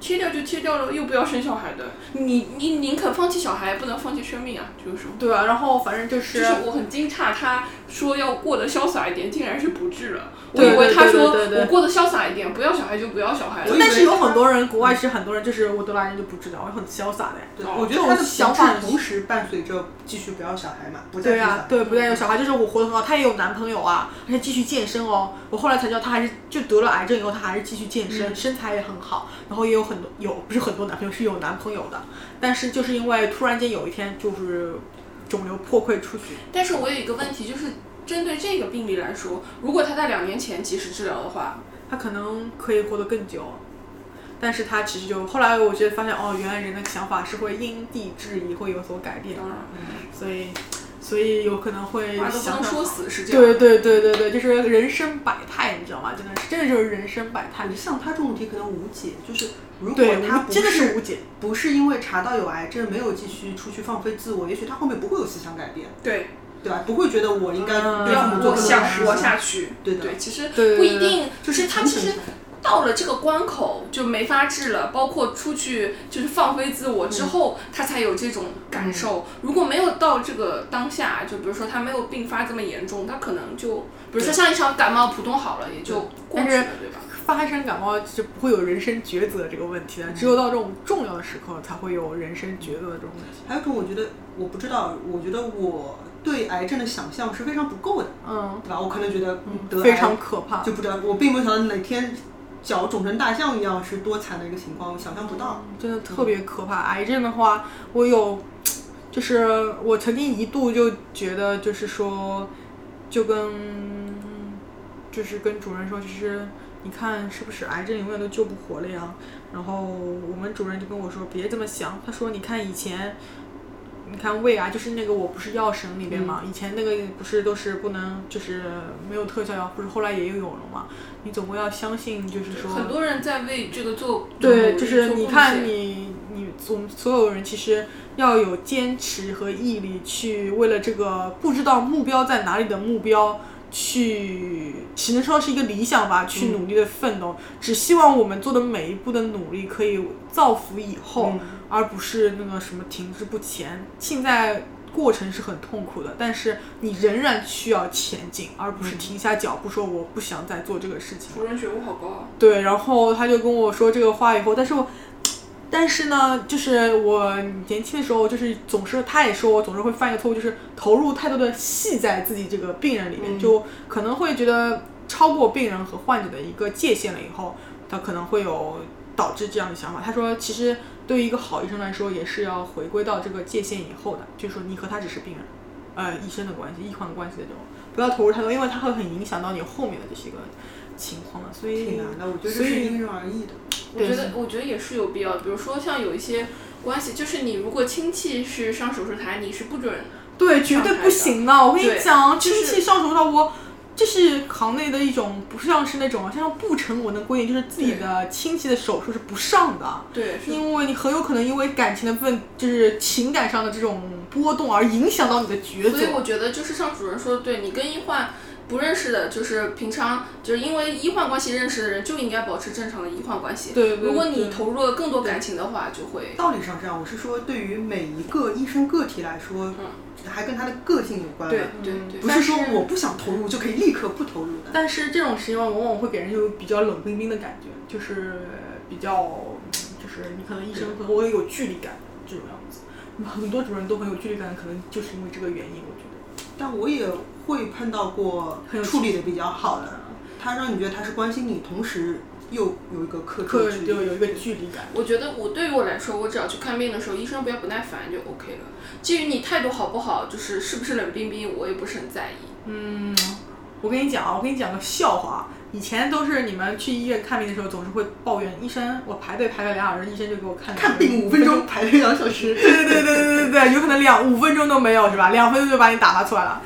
S3: 切掉就切掉了，又不要生小孩的。你你宁肯放弃小孩，不能放弃生命啊！就是说，
S4: 对啊，然后反正就是
S3: 就是我很惊诧，他说要过得潇洒一点，竟然是不治了。我
S4: 对
S3: 以为他说
S4: 对对对对
S3: 我过得潇洒一点，不要小孩就不要小孩
S2: 我
S3: 了
S2: 以。为
S4: 但是有很多人，国外是很多人就是我得了癌症就不治疗，我很潇洒的。
S2: 对，
S3: 哦
S2: 我
S4: 这
S2: 觉得
S4: 种
S2: 他的
S4: 想
S2: 想
S4: 法
S2: 法同时伴随着继续不要小孩嘛，不再
S4: 对
S2: 去小
S4: 啊
S2: 孩，
S4: 对，不但有小孩，就是我活得很好，她也有男朋友啊，而且继续健身哦。我后来才知道，她还是就得了癌症以后，她还是继续健
S3: 嗯
S4: 身，身材也很好，然后也有很多有不是很多男朋友，是有男朋友的。但是就是因为突然间有一天就是肿瘤破溃出血，
S3: 但是我有一个问题，就是针对这个病例来说，如果他在两年前及时治疗的话，
S4: 他可能可以活得更久，但是他其实就后来我觉得发现哦，原来人的想法是会因地制宜，会有所改变，
S3: 当然
S4: 所以所以有可能会
S3: 话都不
S4: 想
S3: 能
S4: 想
S3: 说死是这样。
S4: 对对对对对，就是人生百态，你知道吗？真的是，真的就是人生百态
S2: 感觉。像他这种题可能无解，就是如果
S4: 对，
S2: 他
S4: 无
S2: 不
S4: 真的是无解。
S2: 不是因为查到有癌症没有继续出去放飞自我，也许他后面不会有思想改变，
S3: 对，
S2: 对吧？不会觉得我应该
S4: 嗯
S2: 对
S3: 要
S2: 父母做更多
S3: 活下
S2: 的事
S3: 活
S2: 情
S3: 下去。
S2: 对的
S3: 对，其实
S4: 对对
S3: 不
S4: 对
S3: 一定，就是他其实到了这个关口就没法治了，包括出去就是放飞自我之后，他才有这种感受。
S4: 嗯
S3: 如果没有到这个当下，就比如说他没有病发这么严重，他可能就比如说像一场感冒普通好了，也就过去
S4: 但
S3: 了
S4: 是，
S3: 对吧？
S4: 发生感冒就不会有人生抉择这个问题的，只有到这种重要的时刻才会有人生抉择的这种问题。
S2: 还有一种，我觉得我不知道，我觉得我对癌症的想象是非常不够的，
S4: 嗯，
S2: 对吧？我可能觉得得癌
S4: 非常可怕。
S2: 就不知道，我并没有想到哪天脚肿成大象一样是多惨的一个情况，我想象不到。
S4: 真的特别可怕。癌症的话，我有，就是我曾经一度就觉得，就是说，就跟，就是跟主任说，就是你看是不是癌症永远都救不活了呀？然后我们主任就跟我说，别这么想。他说，你看以前。你看胃啊，就是那个我不是药神里面嘛，
S3: 嗯
S4: 以前那个不是都是不能，就是没有特效药，不是后来也有了嘛。你总归要相信，就是说
S3: 很多人在为这个做
S4: 嗯对，
S3: 努
S4: 就
S3: 力
S4: 是
S3: 做
S4: 你
S3: 贡
S4: 看
S3: 献
S4: 你你我们所有人其实要有坚持和毅力，去为了这个不知道目标在哪里的目标。去，只能说是一个理想吧，
S3: 嗯
S4: 去努力的奋斗。只希望我们做的每一步的努力可以造福以后，
S2: 嗯
S4: 而不是那个什么停滞不前。现在过程是很痛苦的，但是你仍然需要前进，而不
S3: 嗯
S4: 是停下脚步说我不想再做这个事情。
S3: 主任觉悟好高啊。
S4: 对，然后他就跟我说这个话以后，但是我，但是呢，就是我年轻的时候，就是总是他也说我总是会犯一个错误，就是投入太多的戏在自己这个病人里面，
S2: 嗯
S4: 就可能会觉得超过病人和患者的一个界限了以后，他可能会有导致这样的想法。他说，其实对于一个好医生来说，也是要回归到这个界限以后的，就是说你和他只是病人，呃，医生的关系、医患关系的这种，不要投入太多，因为它会很影响到你后面的这些个情况的，所以
S2: 挺难的，我觉得这
S4: 所
S2: 是
S4: 以
S2: 因人而异的。
S3: 我觉得我觉得也是有必要，比如说像有一些关系，就是你如果亲戚是上手术台，你是不准的。
S4: 对，绝对不行啊的。我跟你
S3: 对
S4: 讲，
S3: 就
S4: 亲
S3: 是
S4: 戚上手术刀，我这是行内的一种不像是那种像不成文的规定，就是自己
S3: 对
S4: 的亲戚的手术是不上的，
S3: 对，是
S4: 因为你很有可能因为感情的问，就是情感上的这种波动而影响到你的抉
S3: 所以我
S4: 择。
S3: 觉得就是像主任说的，对你跟医患不认识的，就是平常就是因为医患关系认识的人，就应该保持正常的医患关系。
S4: 对对对
S3: 如果你投入了更多感情的话，就会
S2: 道理上这样，我是说对于每一个医生个体来说，
S4: 嗯
S2: 还跟他的个性有关
S3: 对
S2: 嘛，
S3: 对对。
S2: 不是说我不想投入就可以立刻不投入的。
S4: 但是这种情况往往会给人有比较冷冰冰的感觉，就是比较，嗯就是你可能医生和我有距离感这种样子。很多主人都很有距离感，可能就是因为这个原因，我觉得。
S2: 但我也会碰到过
S4: 很有
S2: 处理的比较好的，他让你觉得他是关心你，同时又有一个克
S4: 可
S2: 制
S4: 有有一个
S2: 距
S4: 距离感。
S3: 我觉得我对于我来说，我只要去看病的时候，医生不要不耐烦就 OK 了。至于你态度好不好，就是是不是冷冰冰，我也不是很在意。
S4: 嗯，我跟你讲啊，我跟你讲个笑话啊。以前都是你们去医院看病的时候，总是会抱怨医生，我排队排了俩小时，医生就给我看
S2: 离。看病五分钟，排队两小时，
S4: 对对对对对对对，有可能两五分钟都没有是吧？两分钟就把你打发出来了。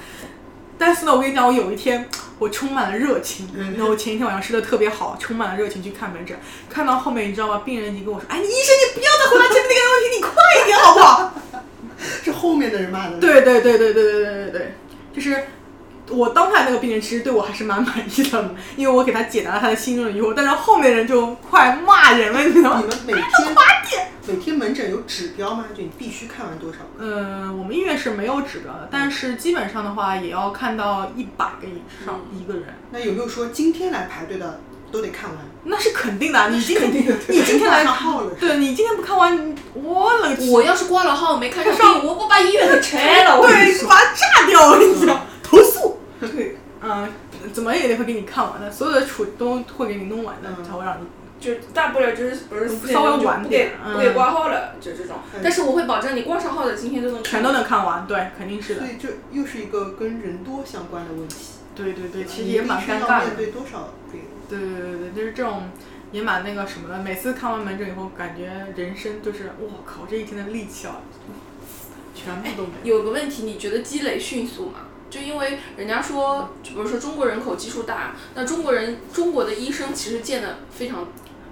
S4: 但是呢，我跟你讲，我有一天我充满了热情，
S2: 嗯
S4: 然后我前一天晚上睡得特别好，充满了热情去看门诊，看到后面你知道吗？病人已经跟我说：“哎，你医生你不要再回答前面那个问题，你快一点好不好？”
S2: 是后面的人骂的。，
S4: 对对对对对对对对对，就是我当下那个病人其实对我还是蛮满意的，因为我给他解答了他的心中的疑惑，但是后面人就快骂人了，你知道
S2: 你
S4: 吗？
S2: 们每天每天门诊有指标吗？就你必须看完多少个？
S4: 嗯，我们医院是没有指标的，但是基本上的话也要看到一百个以上一个人，
S2: 那有没有说今天来排队的都得看完？
S4: 那是肯定的。你今天
S2: 定的
S4: 你今天来
S2: 上号了
S4: 对你今天不看完，我了个去哎
S3: 我要是挂了号没看上 病，我不把医院给拆了。我跟你
S4: 对，
S3: 说
S4: 把它炸掉，我跟你讲，投诉。对，嗯、怎么也得会给你看完的，所有的处都会给你弄完的，
S2: 嗯
S4: 才会让你
S3: 就大不了就是不是四点
S4: 稍微
S3: 钟就
S4: 晚
S3: 不
S4: 点
S3: 给
S4: 嗯
S3: 不给挂号了，就这种
S2: 嗯。
S3: 但是我会保证你挂上号的今天都能
S4: 全都能看完，对，肯定是的
S2: 所。以这又是一个跟人多相关的问题。
S4: 对对对，其实
S2: 你
S4: 也
S2: 必
S4: 蛮
S2: 须
S4: 尴
S2: 要
S4: 尬的
S2: 面。对多少病人？
S4: 对对对对，就是这种也蛮那个什么的。每次看完门诊以后，感觉人生就是我靠，这一天的力气啊，全部都没了。
S3: 有个问题，你觉得积累迅速吗？就因为人家说，就比如说中国人口基数大，那中国人中国的医生其实见的非常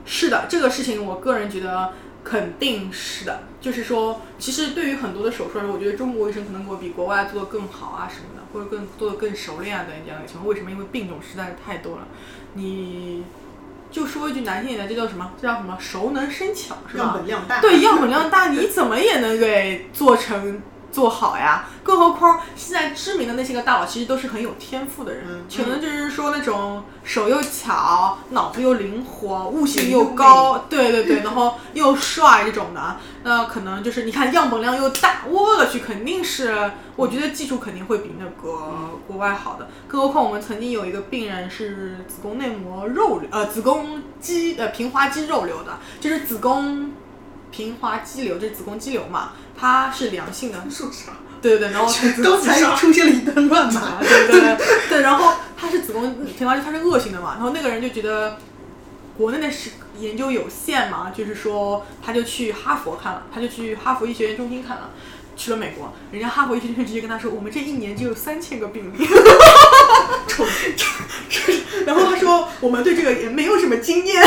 S4: 是的，这个事情我个人觉得肯定是的。就是说，其实对于很多的手术来说，我觉得中国医生可能会比国外做的更好啊什么的，或者更做的更熟练啊等这样的情况。为什么？因为病种实在是太多了，你。就说一句难听点的，这叫什么？这叫什么？熟能生巧，是吧？
S2: 样本量大。
S4: 对，样本量大，你怎么也能给做成做好呀？更何况现在知名的那些个大佬，其实都是很有天赋的人，
S2: 嗯
S4: 可能就是说那种手又巧，脑子又灵活，悟性又高，对对对，然后又帅这种的，啊那可能就是你看样本量又大，我勒去，肯定是，我觉得技术肯定会比那个国外好的。更何况我们曾经有一个病人是子宫内膜肉瘤，呃，子宫肌呃平滑肌肉瘤的，就是子宫平滑肌瘤，就是子宫肌瘤嘛，它是良性的，
S3: 受 伤。
S4: 对对对，然后
S2: 刚才出现了一段乱 码。
S4: 对对对对，然后它是子宫平滑肌，它是恶性的嘛，然后那个人就觉得国内的是研究有限嘛，就是说他就去哈佛看了，他就去哈佛医学院中心看了。去了美国，人家哈佛医学院直接跟他说，我们这一年就有三千个病例，然后他说我们对这个也没有什么经验，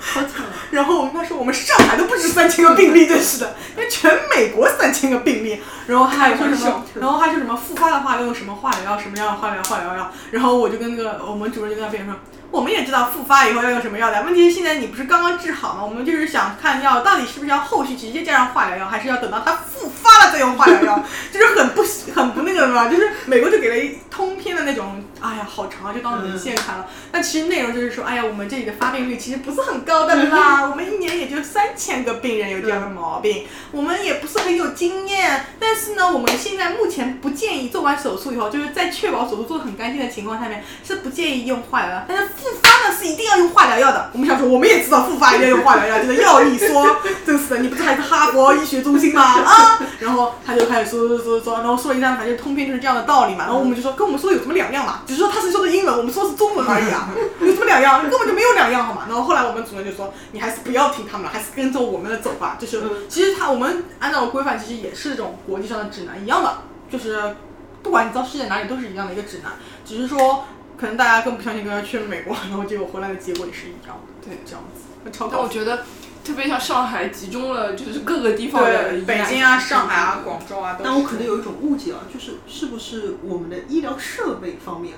S2: 好惨啊！
S4: 然后我们他说我们上海都不止三千个病例，真是的，因为全美国三千个病例。然后还有说什么，然后还说什么复发的话要用什么化疗药，什么样的化疗化疗药。然后我就跟那个我们主任就跟他辩论说，我们也知道复发以后要用什么药的，问题是现在你不是刚刚治好吗？我们就是想看药到底是不是要后续直接加上化疗药，还是要等到它复发了再用化疗药， 就是很不很不那个嘛，就是美国就给了一通篇的那种，哎呀好长啊，就当文献看了。但其实内容就是说，哎呀，我们这里的发病率其实不是很高的啦，我们一年也就三千个病人有这样的毛病，我们也不是很有经验。但是呢，我们现在目前不建议做完手术以后，就是在确保手术做的很干净的情况下面，是不建议用化疗的。但是复发上次一定要用化疗药的。我们想说，我们也知道复发一定要用化疗药，这个药理说，真是的，你不是还是哈佛医学中心吗？啊，然后他就开始说说说说，然后说了一段，反正通篇就是这样的道
S2: 嗯
S4: 理嘛。然后我们就说，跟我们说的有什么两样嘛？只是说他是说的英文，我们说的是中文而已啊，有什么两样？根本就没有两样好吗？然后后来我们主任就说，你还是不要听他们了，还是跟着我们的走吧。就是
S2: 嗯
S4: 其实他我们按照规范，其实也是这种国际上的指南一样的，就是不管你到世界哪里都是一样的一个指南，只是说可能大家更不相信，跟他去了美国，然后结果回来的结果也是一样的，对，这样子，那超
S3: 但
S4: 搞
S3: 我
S4: 笑。
S3: 觉得特别像上海集中了，就是各个地方的
S4: 对，
S3: 医
S4: 北
S3: 案
S4: 京啊、上海啊、广州啊，都
S2: 但我
S4: 是
S2: 可能有一种误解啊，就是是不是我们的医疗设备方面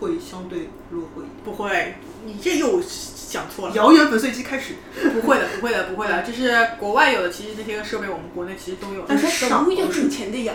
S2: 会相对落后一点？
S4: 不会，你这又想错了。
S2: 遥远粉碎机开始，
S4: 不会的，不会的，不会的，就是国外有的，其实这些设备我们国内其实都有，
S2: 但是
S3: 小屋要挣钱的呀。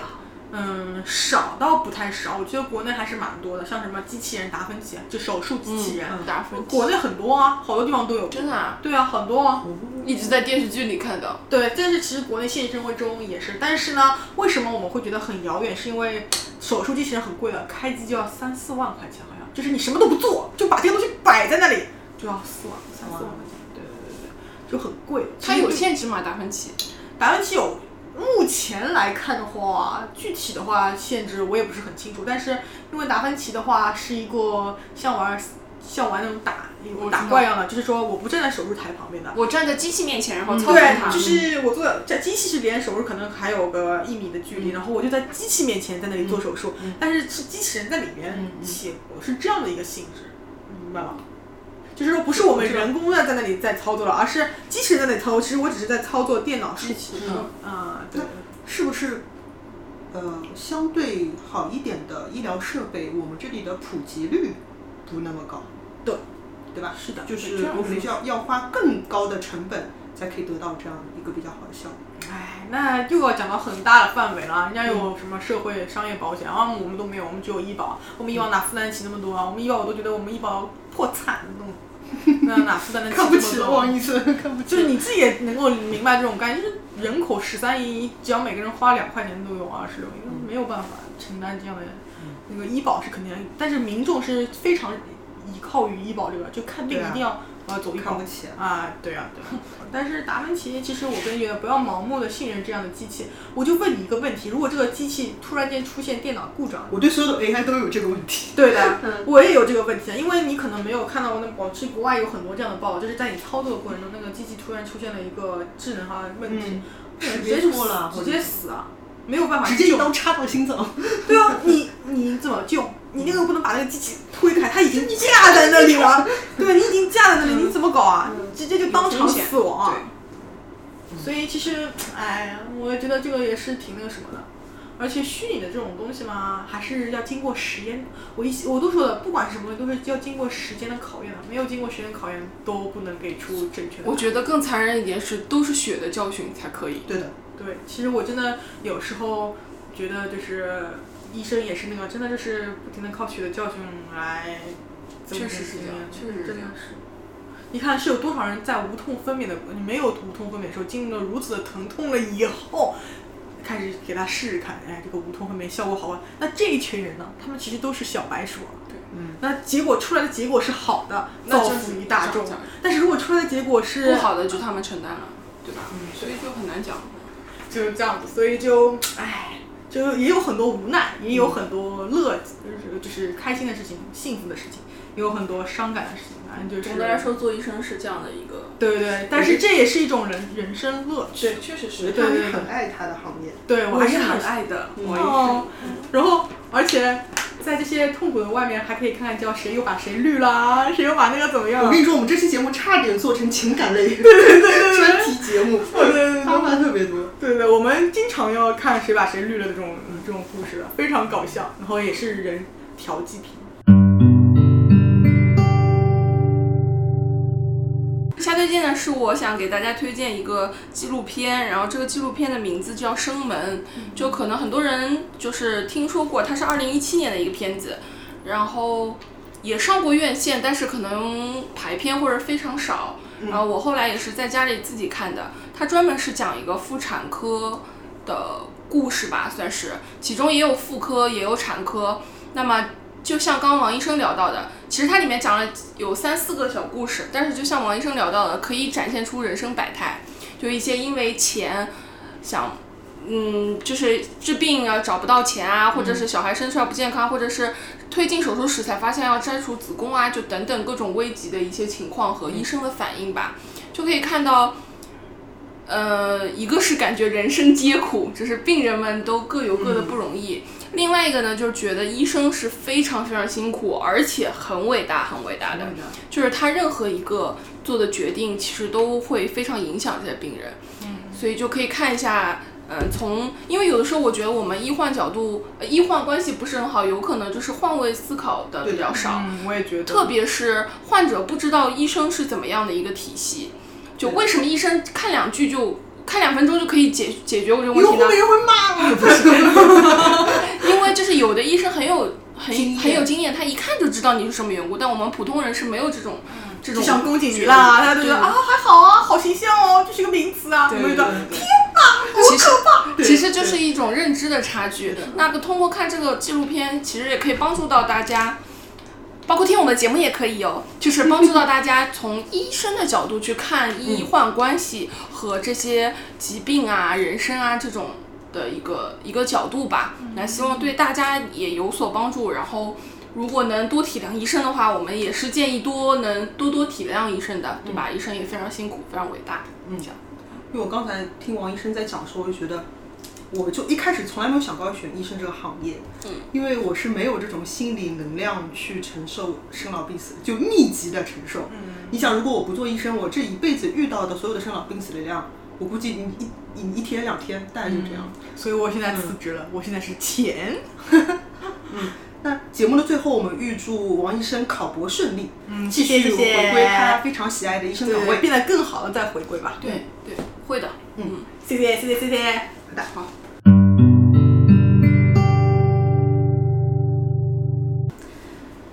S4: 嗯，少倒不太少，我觉得国内还是蛮多的，像什么机器人、达芬奇，啊就手术机器人，
S2: 嗯
S3: 达芬奇
S4: 国内很多啊，好多地方都有。
S3: 真的啊，
S4: 对啊，很多啊。
S3: 一直在电视剧里看到。
S4: 对，但是其实国内现实生活中也是，但是呢，为什么我们会觉得很遥远？是因为手术机器人很贵的，开机就要三四万块钱，好像，就是你什么都不做，就把这个东西摆在那里，就要四万、三四万块钱。对对对对，就很贵。
S3: 嗯它有限制吗？达芬奇？
S4: 达芬奇有，目前来看的话，具体的话限制我也不是很清楚。但是因为达芬奇的话是一个像玩儿像玩那种打
S3: 我知
S4: 打
S3: 道
S4: 怪一样的，就是说我不站在手术台旁边的。
S3: 我站在机器面前，然后操纵它。
S4: 对，就是我做这机器是连手术可能还有个一米的距离，然后我就在机器面前在那里做手术，但是是机器人在里面起，我是这样的一个性质，明白吗？就是说不是我们人工的在那里在操作了，而是机器人在那里操作，其实我只是在操作电脑机器啊，对。
S2: 是不是呃相对好一点的医疗设备，我们这里的普及率不那么高？
S4: 对，
S2: 对吧？
S4: 是的
S2: 就是我们需要要花更高的成本才可以得到这样一个比较好的效果。
S4: 哎，那又要讲到很大的范围了，啊人家
S2: 嗯
S4: 有什么社会商业保险啊，我们都没有，我们只有医保，我们医保
S2: 嗯
S4: 哪负担得起那么多啊？我们医保我都觉得我们医保破产了 都，那哪负担得起那
S2: 看
S4: 么
S2: 不
S4: 多？啊
S2: 起王医生，看不起。
S4: 就是你自己也能够明白这种概念，就是人口十三亿，只要每个人花两块钱都有啊二十六
S2: 嗯
S4: 亿，没有办法承担这样的那个医保是肯定，但是民众是非常依靠于医保这个，就看病
S2: 对啊
S4: 一定要呃走医保
S2: 看不起啊
S4: 啊，对啊对啊。 但是达芬奇，其实我个人觉得不要盲目的信任这样的机器。我就问你一个问题，如果这个机器突然间出现电脑故障，
S2: 我对所有的 AI 都有这个问题。
S4: 对的，
S2: 嗯
S4: 我也有这个问题，因为你可能没有看到过那报，其实国外有很多这样的报道，就是在你操作的过程中，那个机器突然出现了一个智能化的问
S2: 嗯
S4: 题，那人
S2: 识
S4: 直
S2: 别
S4: 接就
S2: 错了
S4: 死
S2: 或
S4: 直
S2: 者
S4: 接死啊，没有办法
S2: 直接一
S4: 救。
S2: 刀插到心脏，
S4: 对啊，你你怎么救？你那个不能把那个机器推开，它已经架在那里了。对，你已经架在那里，
S2: 嗯
S4: 你怎么搞啊？直接就当场死亡啊！所以其实，哎呀，我觉得这个也是挺那个什么的。而且虚拟的这种东西嘛，还是要经过实验。我一我都说了，不管是什么东西，都是要经过时间的考验的。没有经过时间考验，都不能给出正确的答案。
S3: 我觉得更残忍一点是，都是血的教训才可以。
S2: 对的，
S4: 对，其实我真的有时候觉得，就是医生也是那个，真的就是不停的靠血的教训来增
S3: 确
S4: 进
S3: 实
S4: 自
S3: 是
S4: 己
S3: 这样
S4: 的
S3: 确实是
S4: 真
S3: 这
S4: 的
S3: 样
S4: 是。你看是有多少人在无痛分娩的，没有无痛分娩的时候，经历了如此的疼痛了以后，开始给他试试看，哎，这个无痛分娩效果好啊。那这一群人呢，他们其实都是小白鼠啊。
S3: 对
S2: 嗯
S4: 那结果出来的结果是好的，
S3: 那
S4: 造
S3: 真
S4: 福
S3: 是
S4: 于大
S3: 这
S4: 众
S3: 样这样。
S4: 但是如果出来的结果是
S3: 不好的就他们承担了，对吧？所以就很难讲。
S4: 就是这样子，所以就唉，就也有很多无奈，也有很多乐，就是就是开心的事情、幸福的事情，也有很多伤感的事情，反正就是
S3: 总的来说，做医生是这样的一个，
S4: 对对对，但是这也是一种人人生乐趣。
S3: 对，确实
S4: 对
S3: 是。
S4: 对对
S2: 他很爱他的行业。
S4: 对我
S3: 我
S4: 还
S3: 还
S4: 是
S3: 是
S4: 很
S3: 很
S4: 爱。
S3: 爱的，我
S4: 哦
S3: 也是。，
S4: 然后而且在这些痛苦的外面，还可以看看叫谁又把谁绿啦，谁又把那个怎么样
S2: 我
S4: 了
S2: 跟。你说，我们这期节目差点做成情感类专题节目，
S4: 对对对
S2: 八卦特别多。
S4: 对对，我们经常要看谁把谁绿了的这种这种故事的，非常搞笑，然后也是人调剂品。
S3: 下推荐的是我想给大家推荐一个纪录片，然后这个纪录片的名字叫《生门》，就可能很多人就是听说过，它是二零一七年的一个片子，然后也上过院线，但是可能排片或者非常少。然后我后来也是在家里自己看的，它专门是讲一个妇产科的故事吧，算是，其中也有妇科，也有产科。那么就像刚刚王医生聊到的，其实它里面讲了有三四个小故事，但是就像王医生聊到的，可以展现出人生百态，就一些因为钱想。嗯，就是治病啊，找不到钱啊，或者是小孩生出来不健康，或者是推进手术时才发现要摘除子宫啊，就等等各种危急的一些情况和医生的反应吧，就可以看到，呃，一个是感觉人生皆苦，就是病人们都各有各的不容易；另外一个呢，就是觉得医生是非常非常辛苦，而且很伟大，很伟
S2: 嗯
S3: 大的，
S4: 啊
S3: 就是他任何一个做的决定，其实都会非常影响这些病人。
S4: 嗯
S3: 所以就可以看一下，嗯，从因为有的时候我觉得我们医患角度、呃医患关系不是很好，有可能就是换位思考的比较少。
S4: 嗯，我也觉得
S3: 特别是患者不知道医生是怎么样的一个体系，就为什么医生看两句就看两分钟就可以解解决我这个问
S2: 因为
S3: 题
S2: 后面
S3: 呢？
S2: 人会骂 啊我，不是
S3: 因为就是有的医生很有
S2: 经
S3: 很
S2: 验
S3: 很有经验，他一看就知道你是什么缘故，但我们普通人是没有这种这
S4: 嗯就
S3: 种
S4: 像宫颈糜烂啊，大家都觉得
S3: 对
S4: 啊还好啊，好形象哦，这是个名词啊，我们觉得
S3: 其实其实就是一种认知的差距。那个通过看这个纪录片，其实也可以帮助到大家，包括听我们的节目也可以哦，就是帮助到大家从医生的角度去看医患关系和这些疾病啊、人生啊这种的一个一个角度吧。那希望对大家也有所帮助，然后。如果能多体谅医生的话，我们也是建议多能多多体谅医生的，对吧？医生也非常辛苦，非常伟大。嗯，这样。
S2: 因为我刚才听王医生在讲的时候，我就觉得，我就一开始从来没有想过要选医生这个行业，嗯，因为我是没有这种心理能量去承受生老病死，就密集的承受。嗯，你想，如果我不做医生，我这一辈子遇到的所有的生老病死的量，我估计你一你一天两天大概就这样。
S4: 所以我现
S3: 嗯
S4: 在辞职了，我现在是钱。
S2: 那节目的最后，我们预祝王医生考博顺利，嗯，继
S4: 谢谢
S2: 续
S4: 谢谢
S2: 回归他非常喜爱的医生岗
S4: 对，
S2: 位。
S4: 变得更好了再回归吧。
S3: 对对，会的。嗯
S4: 谢谢谢谢谢谢。
S3: 好，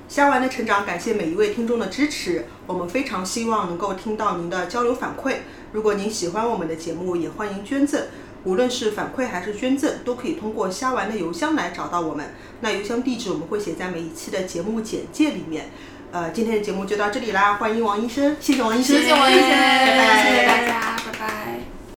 S2: 虾丸的成长，感谢每一位听众的支持，我们非常希望能够听到您的交流反馈。如果您喜欢我们的节目，也欢迎捐赠，无论是反馈还是捐赠，都可以通过虾丸的邮箱来找到我们。那邮箱地址我们会写在每一期的节目简介里面。呃，今天的节目就到这里啦，欢迎王医生，谢谢王医生，
S3: 谢谢王医生。